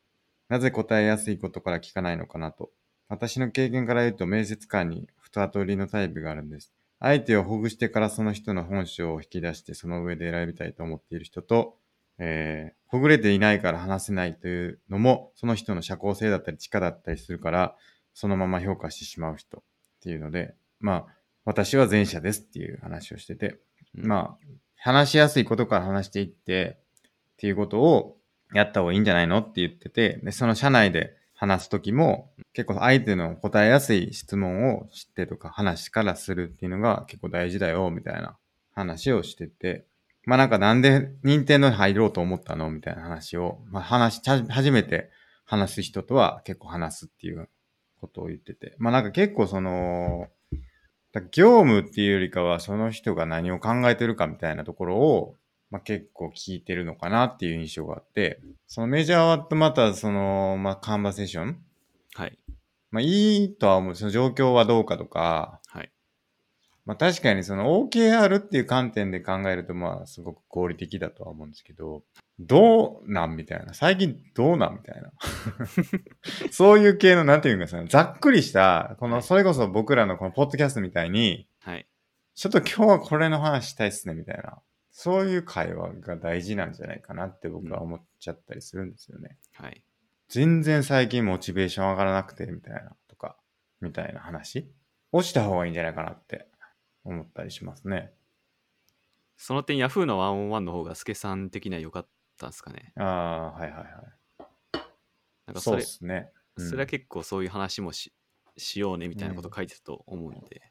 S1: なぜ答えやすいことから聞かないのかなと。私の経験から言うと面接官に二通りのタイプがあるんです。相手をほぐしてからその人の本性を引き出してその上で選びたいと思っている人と、えーほぐれていないから話せないというのも、その人の社交性だったり地下だったりするから、そのまま評価してしまう人っていうので、まあ、私は前者ですっていう話をしてて、まあ、話しやすいことから話していって、っていうことをやった方がいいんじゃないのって言ってて、で、その社内で話すときも、結構相手の答えやすい質問を知ってとか話からするっていうのが結構大事だよ、みたいな話をしてて、まあなんかなんで任天堂に入ろうと思ったのみたいな話を、まあ話し、初めて話す人とは結構話すっていうことを言ってて、まあなんか結構その、だから業務っていうよりかはその人が何を考えてるかみたいなところを、まあ、結構聞いてるのかなっていう印象があって、そのメジャーはまたその、まあカンバセーション
S2: あ。はい。
S1: まあいいとは思う。その状況はどうかとか、
S2: はい。
S1: まあ確かにその OKR っていう観点で考えるとまあすごく合理的だとは思うんですけど、どうなんみたいな。最近どうなんみたいな。 そういう系のなんていうかそのざっくりした、こ
S2: は
S1: の
S2: い
S1: それこそ僕らのこのポッドキャストみたいに、
S2: はい。
S1: ちょっと今日はこれの話したいっすねみたいな。そういう会話が大事なんじゃないかなって僕は思っちゃったりするんですよね。
S2: はい。
S1: 全然最近モチベーション上がらなくて、みたいな、とか、みたいな話をした方がいいんじゃないかなって思ったりしますね。
S2: その点、Yahoo のワンオンワンの方が、スケさん的には良かったんですかね。
S1: ああ、はいはいはい。
S2: なん
S1: そ
S2: かそう
S1: で
S2: れ、
S1: すね。うん
S2: それは結構そういう話もししようねみたいなこと書いてたと思うんで。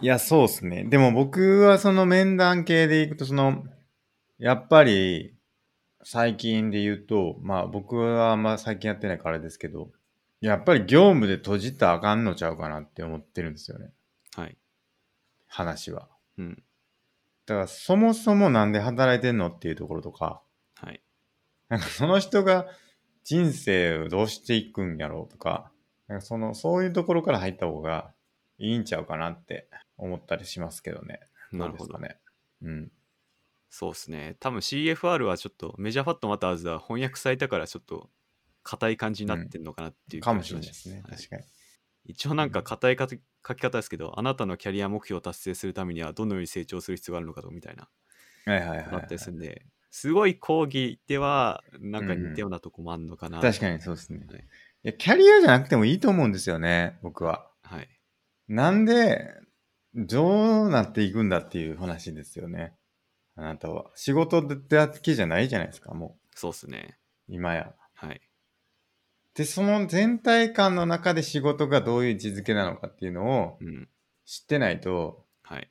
S1: いや、そうですね。でも僕はその面談系でいくと、その、やっぱり、最近で言うと、まあ僕はあんま最近やってないからあれですけど、やっぱり業務で閉じたらあかんのちゃうかなって思ってるんですよね。
S2: はい。
S1: 話は。
S2: うん。
S1: だからそもそもなんで働いてんのっていうところとか、
S2: はい。
S1: なんかその人が人生をどうしていくんやろうとか、なんかその、そういうところから入った方がいいんちゃうかなって思ったりしますけどね。
S2: な
S1: う
S2: る
S1: で
S2: ほ
S1: すか
S2: ど。
S1: ね。うん。
S2: そうですね。多分 CFR はちょっとメジャーファットマターズは翻訳されたからちょっと硬い感じになってんのかなっていう
S1: かも
S2: 気
S1: しれ
S2: が
S1: ない
S2: し
S1: で
S2: ます
S1: ね。
S2: はい
S1: 確かに。
S2: 一応なんか硬いか書き方ですけど、あなたのキャリア目標を達成するためにはどのように成長する必要があるのかとみたいな、
S1: はいはいはい
S2: な
S1: は
S2: ったりす
S1: い。
S2: るんで、すごい講義ではなんか似たようなとこもあんのかな。
S1: 確かにそうですね
S2: はい。
S1: いや、キャリアじゃなくてもいいと思うんですよね、僕は。
S2: はい。
S1: なんで、どうなっていくんだっていう話ですよね。あなたは。仕事だけじゃないじゃないですか、も
S2: そうですね。
S1: う。今や。
S2: はい。
S1: で、その全体感の中で仕事がどういう位置づけなのかっていうのを
S2: うん。
S1: 知ってないと
S2: はい。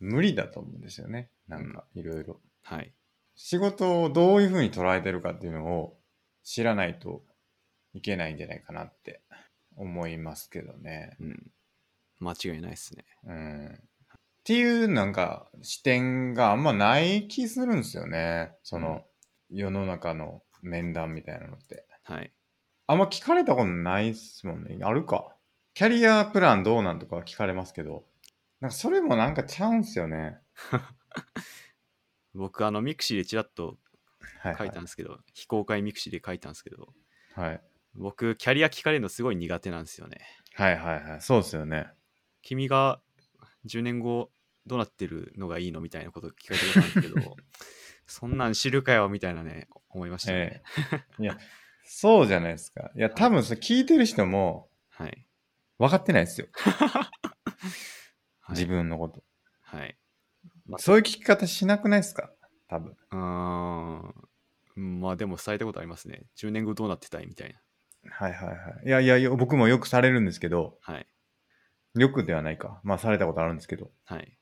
S1: 無理だと思うんですよね。なんかいろいろ。
S2: はい。
S1: 仕事をどういうふうに捉えてるかっていうのを知らないといけないんじゃないかなって思いますけどね。
S2: うん。間違いないですね。
S1: うん。っていうなんか視点があんまない気するんですよね。その世の中の面談みたいなのって。
S2: はい。
S1: あんま聞かれたことないっすもんね。あるか。キャリアプランどうなんとかは聞かれますけど、なんかそれもなんかちゃうんすよね。
S2: 僕、あの、ミクシーでちらっと
S1: はい、は
S2: 書
S1: い。
S2: いたんですけど、非公開ミクシーで書いたんですけど、
S1: はい。
S2: 僕、キャリア聞かれるのすごい苦手なんですよね。
S1: はいはいはい。そうですよね。
S2: 君が10年後どうなってるのがいいのみたいなこと聞かれたことあるんですけど、 そんなん知るかよみたいなね、思いましたね。
S1: ええ。いや、そうじゃないですか。いや、多分それ聞いてる人も
S2: はい。
S1: 分かってないですよ。
S2: はい
S1: 自。分のこと。
S2: はい。
S1: そういう聞き方しなくないですか多分。
S2: うーん。まあでも、伝えたことありますね。10年後どうなってたいみたいな。
S1: はいはいはい。いやいやいや、僕もよくされるんですけど、
S2: はい。
S1: よくではないか。まあされたことあるんですけど、
S2: はい。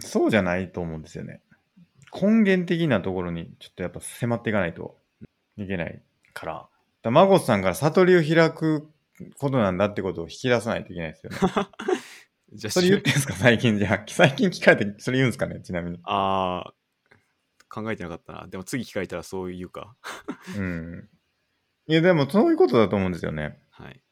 S1: そうじゃないと思うんですよね。根源的なところにちょっとやっぱ迫っていかないといけないから。だからマゴスさんから悟りを開くことなんだってことを引き出さないといけないですよね。
S2: じゃあ
S1: それ言ってんすか最近じゃあ。最近聞かれてそれ言うんすかねちなみに。
S2: あー考えてなかったな。でも次聞かれたらそう言うか。
S1: うん。いやでもそういうことだと思うんですよね。
S2: はい。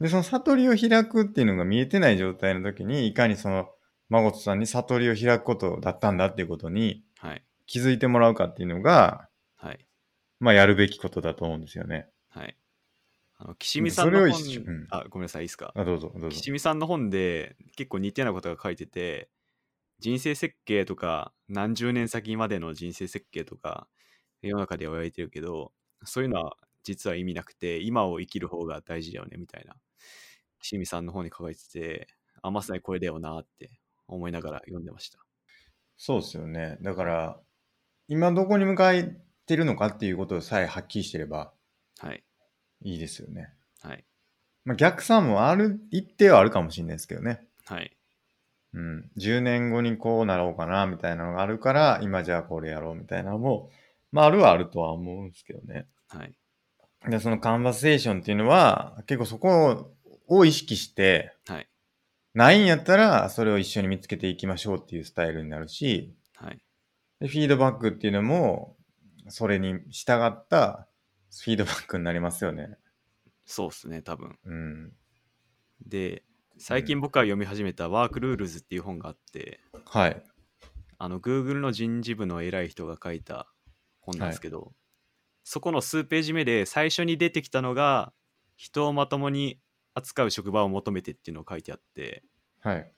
S1: で、その悟りを開くっていうのが見えてない状態の時に、いかにそのマゴスさんに悟りを開くことだったんだっていうことに
S2: はい。
S1: 気づいてもらうかっていうのが、
S2: はい。
S1: まあやるべきことだと思うんですよね。
S2: はい。あの、岸見さんの
S1: それを
S2: 本
S1: 一緒うん
S2: あ、ごめんなさい、いいですか。
S1: あ、どうぞ、どうぞ。
S2: 岸見さんの本で結構似たようなことが書いてて、人生設計とか、何十年先までの人生設計とか、世の中で言われてるけど、そういうのは実は意味なくて、今を生きる方が大事だよね、みたいな。岸見さんの本に書かれてて、あ、まさにこれだよなって思いながら読んでました。
S1: そうですよね。だから、今どこに向かってるのかっていうことさえはっきりしてれば
S2: はい。
S1: いいですよね。
S2: はい。
S1: まあ、逆算もある、一定はあるかもしれないですけどね。
S2: はい。
S1: うん。10年後にこうなろうかな、みたいなのがあるから、今じゃあこれやろう、みたいなのも、まあ、あるはあるとは思うんですけどね。
S2: はい。
S1: で、そのカンバセーションっていうのは、結構そこを意識して、
S2: はい。
S1: ないんやったら、それを一緒に見つけていきましょうっていうスタイルになるし、
S2: はい。
S1: で、フィードバックっていうのも、それに従ったフィードバックになりますよね。
S2: そうっすね、多分。
S1: うん。
S2: で、最近僕が読み始めたワークルールズっていう本があって、
S1: はい。
S2: あの Google の人事部の偉い人が書いた本なんですけど、そこの数ページ目で最初に出てきたのが人をまともに扱う職場を求めてっていうのを書いてあって
S1: はい。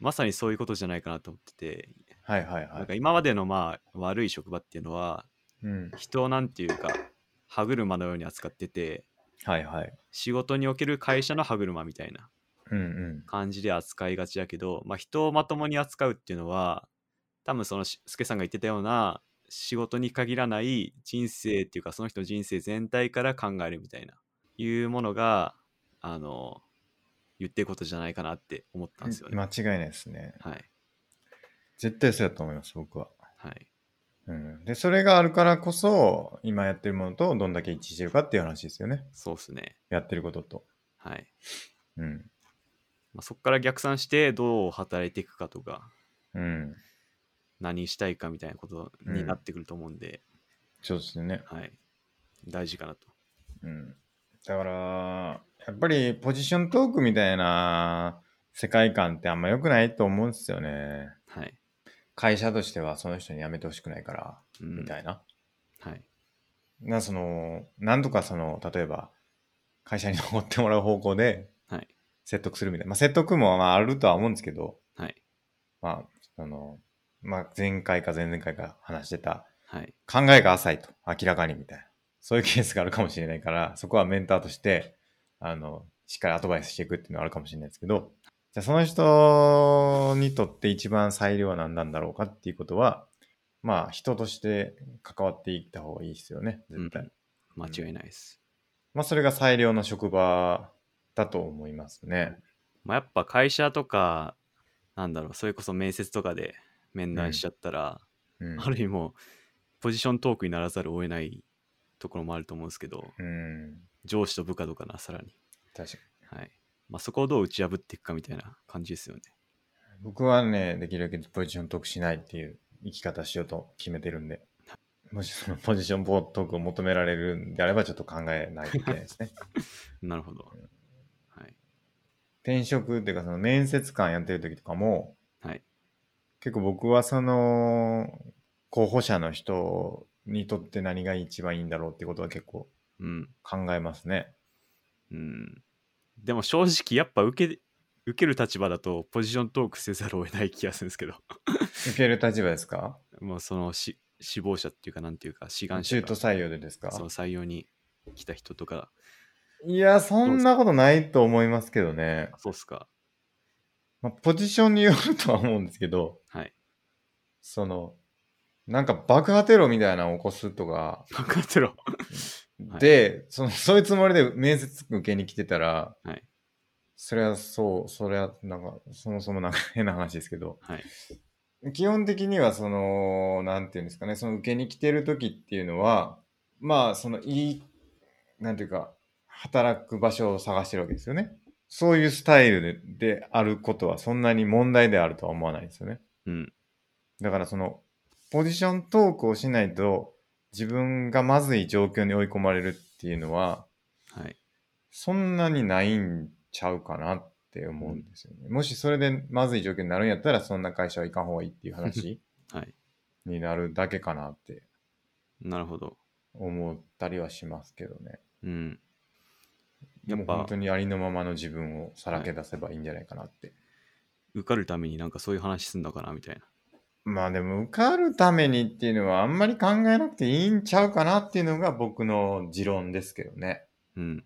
S2: まさにそういうことじゃないかなと思ってて、
S1: はいはい
S2: な
S1: は
S2: んか
S1: い。
S2: 今までのまあ悪い職場っていうのは
S1: うん。
S2: 人をなんていうか歯車のように扱ってて
S1: はいはい。
S2: 仕事における会社の歯車みたいな
S1: うんうん。
S2: 感じで扱いがちだけど、まあ、人をまともに扱うっていうのは多分そのしスケさんが言ってたような仕事に限らない人生っていうかその人の人生全体から考えるみたいないうものがあの言ってることじゃないかなって思ったんですよね。
S1: 間違いないですね。
S2: はい
S1: 絶対そうだと思います、僕は。
S2: はい
S1: うん。で、それがあるからこそ、今やってるものとどんだけ一致してるかっていう話ですよね。
S2: そうですね。
S1: やってることと。
S2: はい
S1: うん。
S2: まあ、そこから逆算してどう働いていくかとか
S1: うん。
S2: 何したいかみたいなことになってくると思うんで、
S1: そうですよね。
S2: はい大事かなと。
S1: うん。だから、やっぱりポジショントークみたいな世界観ってあんま良くないと思うんですよね。
S2: はい。
S1: 会社としてはその人に辞めてほしくないから、
S2: うん
S1: みたいな。
S2: はい。
S1: な、その、なんとかその、例えば、会社に残ってもらう方向で
S2: はい。
S1: 説得するみたいな。まあ、説得もまああるとは思うんですけど、
S2: はい。
S1: まあ、その、まあ、前回か前々回か話してた、
S2: はい。
S1: 考えが浅いと、明らかにみたいな。そういうケースがあるかもしれないから、そこはメンターとして、あの、しっかりアドバイスしていくっていうのはあるかもしれないですけど、じゃあその人にとって一番最良は何なんだろうかっていうことは、まあ人として関わっていった方がいいですよね、絶対。
S2: うん間違いないです。
S1: まあそれが最良の職場だと思いますね。
S2: まあ、やっぱ会社とか、なんだろう、それこそ面接とかで面談しちゃったら、
S1: うん。
S2: ある意味もう、ポジショントークにならざるを得ないところもあると思うんですけど、
S1: うん。
S2: 上司と部下とかな、さらに。
S1: 確かに。
S2: はい。まあ、そこをどう打ち破っていくかみたいな感じですよね。
S1: 僕はね、できるだけポジショントークしないっていう生き方しようと決めてるんで、もしそのポジショントークを求められるんであれば、ちょっと考えないといけない ですね。
S2: なるほど。はい。
S1: 転職っていうか、その面接官やってる時とかも、
S2: はい。
S1: 結構僕はその、候補者の人にとって何が一番いいんだろうってことは結構
S2: うん。
S1: 考えますね。
S2: うん。でも正直、やっぱ受け、受ける立場だと、ポジショントークせざるを得ない気がするんですけど、
S1: 受ける立場ですか
S2: もうそのし、死亡者っていうか、なんていうか、志願者
S1: 中
S2: が
S1: 途採用でですか
S2: その採用に来た人とか、
S1: いや、そんなことないと思いますけどね。
S2: あそうっすか。
S1: まあ、ポジションによるとは思うんですけど、
S2: はい。
S1: その、なんか爆破テロみたいなのを起こすとか、
S2: 爆発テロ。はい
S1: で、その、 そういうつもりで面接受けに来てたら、
S2: はい
S1: それはそう、それは、なんか、そもそもなんか変な話ですけど、
S2: はい。
S1: 基本的にはその、なんていうんですかね、その受けに来てる時っていうのは、まあ、その、いい、なんていうか、働く場所を探してるわけですよね。そういうスタイルでであることは、そんなに問題であるとは思わないですよね。
S2: うん。
S1: だからその、ポジショントークをしないと、自分がまずい状況に追い込まれるっていうのは、
S2: はい。
S1: そんなにないんちゃうかなって思うんですよね。もしそれでまずい状況になるんやったら、そんな会社はいかん方がいいっていう話
S2: はい。
S1: になるだけかなって
S2: なるほど。
S1: 思ったりはしますけどね。
S2: うん。
S1: で
S2: やっ
S1: も
S2: ぱ
S1: 本当にありのままの自分をさらけ出せばいいんじゃないかなって。
S2: 受かるためになんかそういう話すんのかなみたいな。
S1: まあでも受かるためにっていうのはあんまり考えなくていいんちゃうかなっていうのが僕の持論ですけどね。
S2: うん。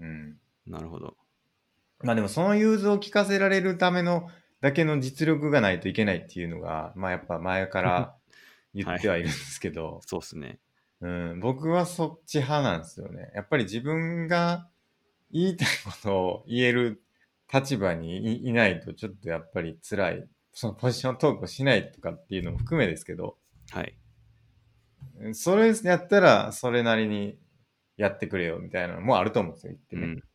S1: うん。
S2: なるほど。
S1: まあでもその融通を聞かせられるためのだけの実力がないといけないっていうのが、まあやっぱ前から言ってはいるんですけ ど、
S2: そうっすね。
S1: うん、僕はそっち派なんですよね。やっぱり自分が言いたいことを言える立場にいいないとちょっとやっぱり辛い。そのポジショントークをしないとかっていうのも含めですけど、
S2: はい。
S1: うんそれやったらそれなりにやってくれよみたいなのもあると思うんですよ、言って
S2: う
S1: ね。
S2: ん。
S1: だか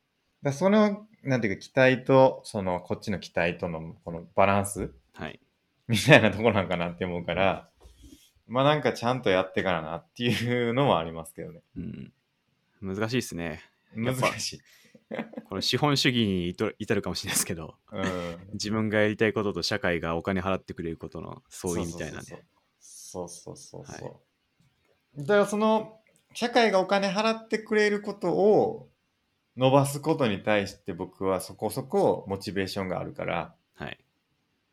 S1: らその、なんていうか、期待と、その、こっちの期待との、このバランス
S2: はい。
S1: みたいなところなんかなって思うから、まあなんかちゃんとやってからなっていうのもありますけどね。
S2: うん。難しいっすね。や
S1: 難
S2: っぱ
S1: しい。
S2: この資本主義に至る至るかもしれないですけ ど
S1: うん。
S2: 自分がやりたいことと社会がお金払ってくれることの相違みたいなね
S1: そうそうそうそう。そうそうそうそうだ
S2: は
S1: からその、社会がお金払ってくれることを伸ばすことに対して僕はそこそこモチベーションがあるから、
S2: はい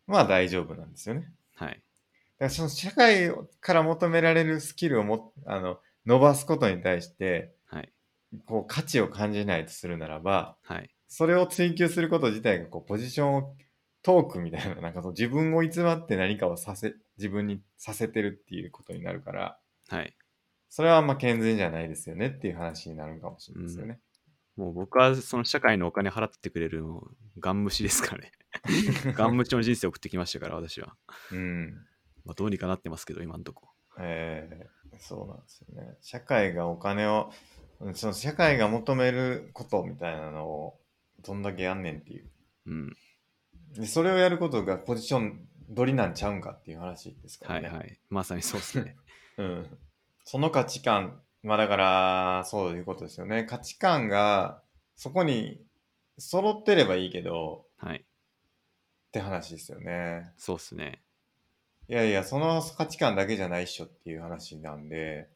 S1: まあ大丈夫なんですよね。
S2: はい
S1: だからその社会から求められるスキルをもあの伸ばすことに対して
S2: はい
S1: こう価値を感じないとするならば
S2: はい
S1: それを追求すること自体がこうポジションをトークみたいななんかその自分を偽って何かをさせ自分にさせてるっていうことになるから
S2: はい
S1: それはあんま健全じゃないですよねっていう話になるかもしれないですよね。
S2: もう僕はその社会のお金払ってくれるのガン無視で すからねガン無視の人生を送ってきましたから私は、
S1: うん
S2: まあ、どうにかなってますけど今んとこ
S1: えーそうなんですよね。社会がお金を、うんその社会が求めることみたいなのをどんだけやんねんっていう。
S2: うん
S1: でそれをやることがポジション取りなんちゃうんかっていう話ですか
S2: は
S1: ら
S2: い
S1: ね。
S2: はいまさにそうで すね
S1: うん、その価値観、まあだからそういうことですよね。価値観がそこに揃ってればいいけど
S2: はい
S1: って話ですよね。
S2: そうっすね
S1: いやいや、その価値観だけじゃないっしょっていう話なんで、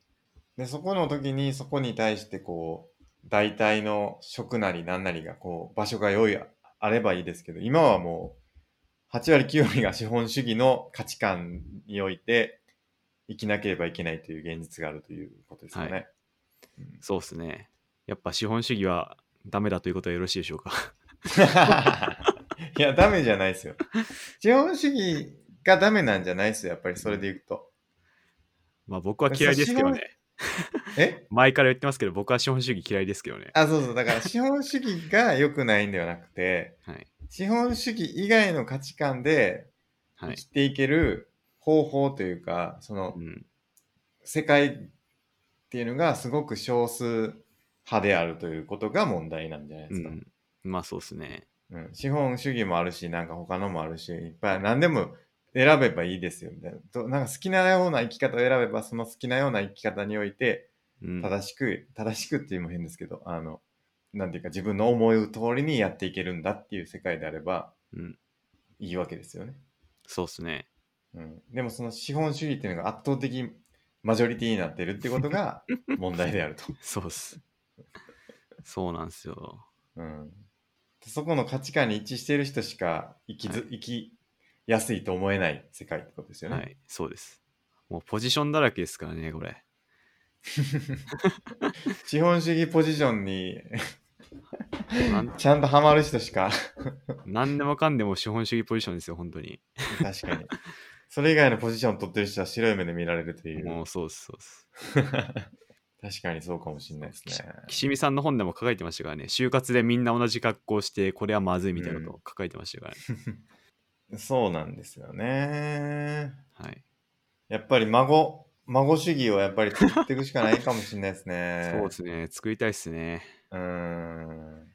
S1: で、そこの時にそこに対してこう、大体の職なり何なりがこう、場所が良い、あればいいですけど、今はもう、8割9割が資本主義の価値観において生きなければいけないという現実があるということですよね。
S2: はそうっすねやっぱ資本主義はダメだということはよろしいでしょうか
S1: い、や、ダメじゃないですよ。資本主義がダメなんじゃないですよ、やっぱりそれでいくと。
S2: まあ僕は嫌いですけどね
S1: え
S2: 前から言ってますけど僕は資本主義嫌いですけどね
S1: あ、そうそう。だから資本主義が良くないんではなくて、
S2: はい
S1: 資本主義以外の価値観で
S2: は
S1: 生
S2: い
S1: きていける方法というか、その
S2: うん
S1: 世界っていうのがすごく少数派であるということが問題なんじゃないで
S2: う
S1: すか。
S2: んまあそうっすね
S1: うん資本主義もあるし、なんか他のもあるし、いっぱい何でも選べばいいですよみたいな。となんか好きなような生き方を選べば、その好きなような生き方において、
S2: うん
S1: 正しく、正しくっていうのも変ですけど、あの、なんていうか自分の思う通りにやっていけるんだっていう世界であれば
S2: うん
S1: いいわけですよね。
S2: そうっすね
S1: うん。でもその資本主義っていうのが圧倒的マジョリティになってるってこと が問題であると。
S2: そう っすそうなんですよ
S1: うん。そこの価値観に一致している人しか生きず、
S2: は
S1: 生きやすいと思えない世界ってことですよね。
S2: はいそうですもうポジションだらけですからね これ
S1: 資本主義ポジション に
S2: なん
S1: ちゃんとハマる人しか
S2: 何でもかんでも資本主義ポジションですよ本当に
S1: 確かに。それ以外のポジションを取ってる人は白い目で見られるという。
S2: もうそうっすそうっす
S1: 確かにそうかもしれないですね。
S2: 岸見さんの本でも書かれてましたからね就活でみんな同じ格好をしてこれはまずいみたいなことを書かれてました からね、
S1: そうなんですよね。
S2: はい。
S1: やっぱり孫、孫主義をやっぱり作っていくしかないかもしれないですね
S2: そうですね作りたいっすね
S1: うーん。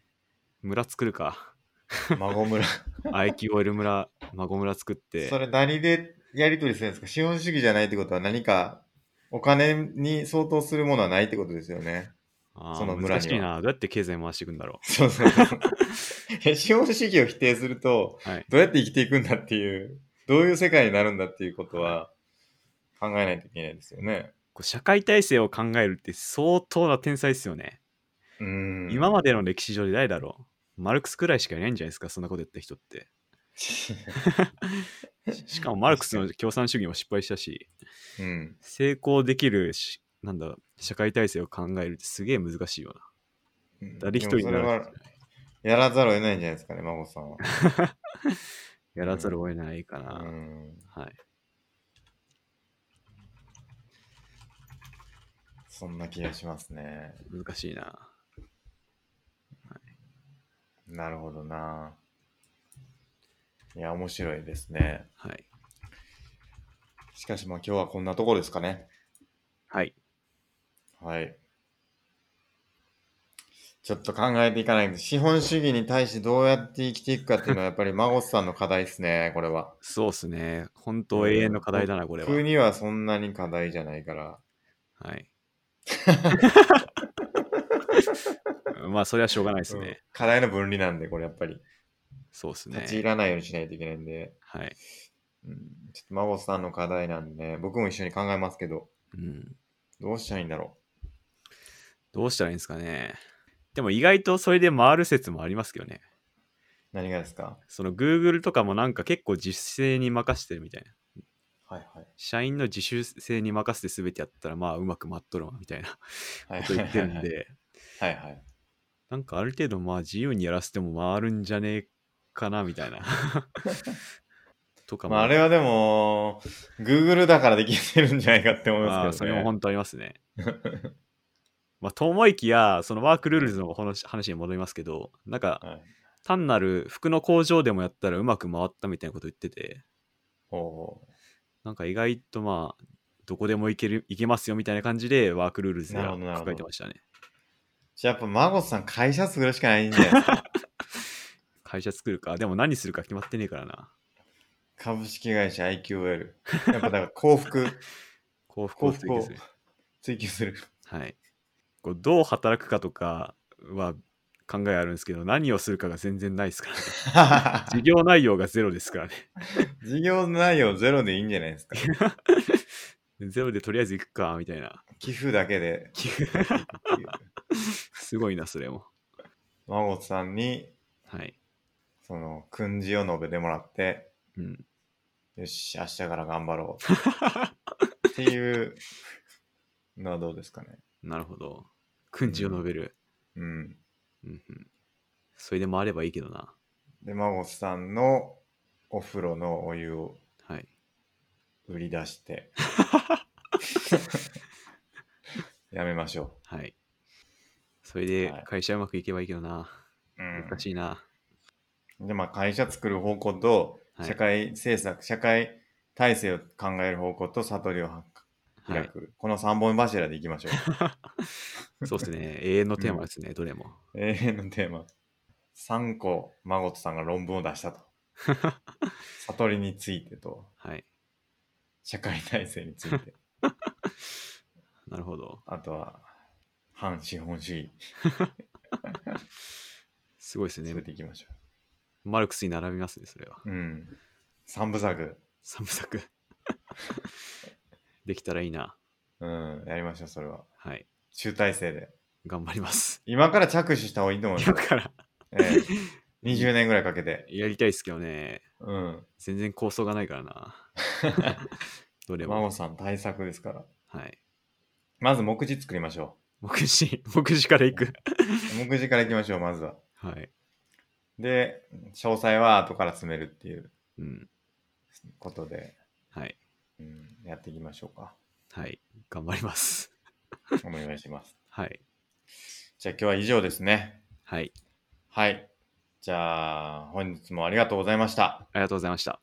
S2: 村作るか
S1: 孫 村。
S2: IQOL 村 孫村作って
S1: それ何でやり取りするんですか資本主義じゃないってことは何かお金に相当するものはないってことですよね。
S2: あー
S1: その村には
S2: 難しいなどうやって経済回していくんだろ
S1: そうそうそう。 いや資本主義を否定すると、
S2: うはい
S1: どうやって生きていくんだっていう、どういう世界になるんだっていうことは考えないといけないですよね。
S2: こう社会体制を考えるって相当な天才ですよね、
S1: うーん。
S2: 今までの歴史上で誰だろうマルクスくらいしかいないんじゃないですかそんなこと言った 人ってしかもマルクスの共産主義も失敗したし
S1: うん、
S2: 成功できるしなんだ社会体制を考えるってすげえ難しいよな誰一人
S1: でもそれ
S2: なら
S1: はやらざるを得ないんじゃないですかね、孫さんは。
S2: やらざるを得ないかな、
S1: うん、
S2: はい
S1: そんな気がしますね。
S2: 難しいな
S1: なるほどな。いや、面白いですね。
S2: はい
S1: しかし、まあ今日はこんなところですかね。
S2: はい
S1: はい。ちょっと考えていかないと、資本主義に対してどうやって生きていくかっていうのは、やっぱり孫さんの課題ですね、これは。
S2: そうっすね本当永遠の課題だなこれは
S1: 僕にはそんなに課題じゃないから。
S2: はい まあ、それはしょうがないですね。
S1: 課題の分離なんで、これやっぱり。
S2: そうです
S1: 立ち入
S2: ね。
S1: らないようにしないといけないんで。
S2: はい。
S1: うん、ちょっと孫さんの課題なんで、僕も一緒に考えますけど、
S2: うん。
S1: どうしたらいいんだろ
S2: どうしたらいいんですかね。でも意外とそれで回る説もありますけどね。
S1: う。何がですか
S2: その Google とかもなんか結構自主性に任せてるみたいな。
S1: はいはい。
S2: 社員の自主性に任せて全てやったらまあうまく回っとるわみたいな こ
S1: はい
S2: と
S1: はいは
S2: 言
S1: い
S2: って
S1: は
S2: るん
S1: い。
S2: で、
S1: はいはい。
S2: なんかある程度まあ自由にやらせても回るんじゃねえかなみたいな。とかも。
S1: まあ、あれはでも、Google だからできてるんじゃないかって思い
S2: まあ
S1: ます
S2: そ
S1: けど
S2: れ
S1: ね。
S2: も本当ありま すね。まあと思いきや、そのワークルールズの話話に戻りますけど、なんか
S1: はい、
S2: 単なる服の工場でもやったらうまく回ったみたいなこと言ってて、
S1: お
S2: なんか意外とまあ、どこでも行ける行けますよみたいな感じでワークルールズ
S1: なる
S2: が
S1: ほどなるほど
S2: 書いてましたね。
S1: じゃあやっぱ孫さん会社作るしかないんじゃないですか
S2: 会社作るか。でも何するか決まってねえからな。
S1: 株式会社 IQL。やっぱだから幸福
S2: 幸福を追求す
S1: 幸
S2: る。
S1: 追求す る。
S2: はい。こうどう働くかとかは考えあるんですけど、何をするかが全然ないですからね。事業内容がゼロですからね。
S1: 事業内容ゼロでいいんじゃないですか。
S2: ゼロでとりあえず行くか、みたいな。
S1: 寄付だけで。 っていう
S2: すごいな、それも。
S1: 孫さんに、
S2: はい。
S1: その、訓示を述べてもらって、
S2: うん。
S1: よし、明日から頑張ろ う。っていうのはどうですかね。
S2: なるほど。訓示を述べる。
S1: うん。
S2: うんうん。それで回ればいいけどな。
S1: で、孫さんのお風呂のお湯を
S2: はい。
S1: 売り出 して。やめましょ
S2: はい。それで
S1: はい
S2: 会社うまくいけばいいけどな。
S1: う。うん
S2: 難しいな。
S1: で、まあ、会社作る方向と、
S2: はい
S1: 社会政策、社会体制を考える方向と、悟りをは
S2: は
S1: 開
S2: い。
S1: く、この3本柱でいきましょ
S2: そうですね。永遠のテーマですね、どれも。
S1: う。永遠のテーマ。3個、孫とさんが論文を出した と。悟りについてと、
S2: はい。
S1: 社会体制につい て。
S2: なるほど。
S1: あとは、反資本主義。
S2: すごいで
S1: そ
S2: す
S1: れ
S2: ね。
S1: でいきましょ
S2: マルクスに並びますね、それは。
S1: う。うん。3部作。
S2: 三部 作。できたらいいな。
S1: うん、やりましょう、それは。
S2: はい。
S1: 集大成で。
S2: 頑張 ります。
S1: 今から着手した方がいいと思い
S2: 今
S1: ます。
S2: から
S1: ええ20年ぐらいかけて。
S2: やりたいですけどね。
S1: うん。
S2: 全然構想がないからな。どれ
S1: 真
S2: も。
S1: 帆さん対策ですから。
S2: はい。
S1: まず目次作りましょ
S2: 目次、目次からいく。
S1: う。目次からいきましょう、まずは。
S2: はい。
S1: で、詳細は後から詰めるっていう
S2: うん。
S1: ことで、
S2: はい。
S1: うん、やっていきましょうか。
S2: はい。頑張ります。
S1: お願いします。
S2: はい。
S1: じゃあ今日は以上ですね。
S2: はい。
S1: はい。じゃあ、本日もありがとうございました。
S2: ありがとうございました。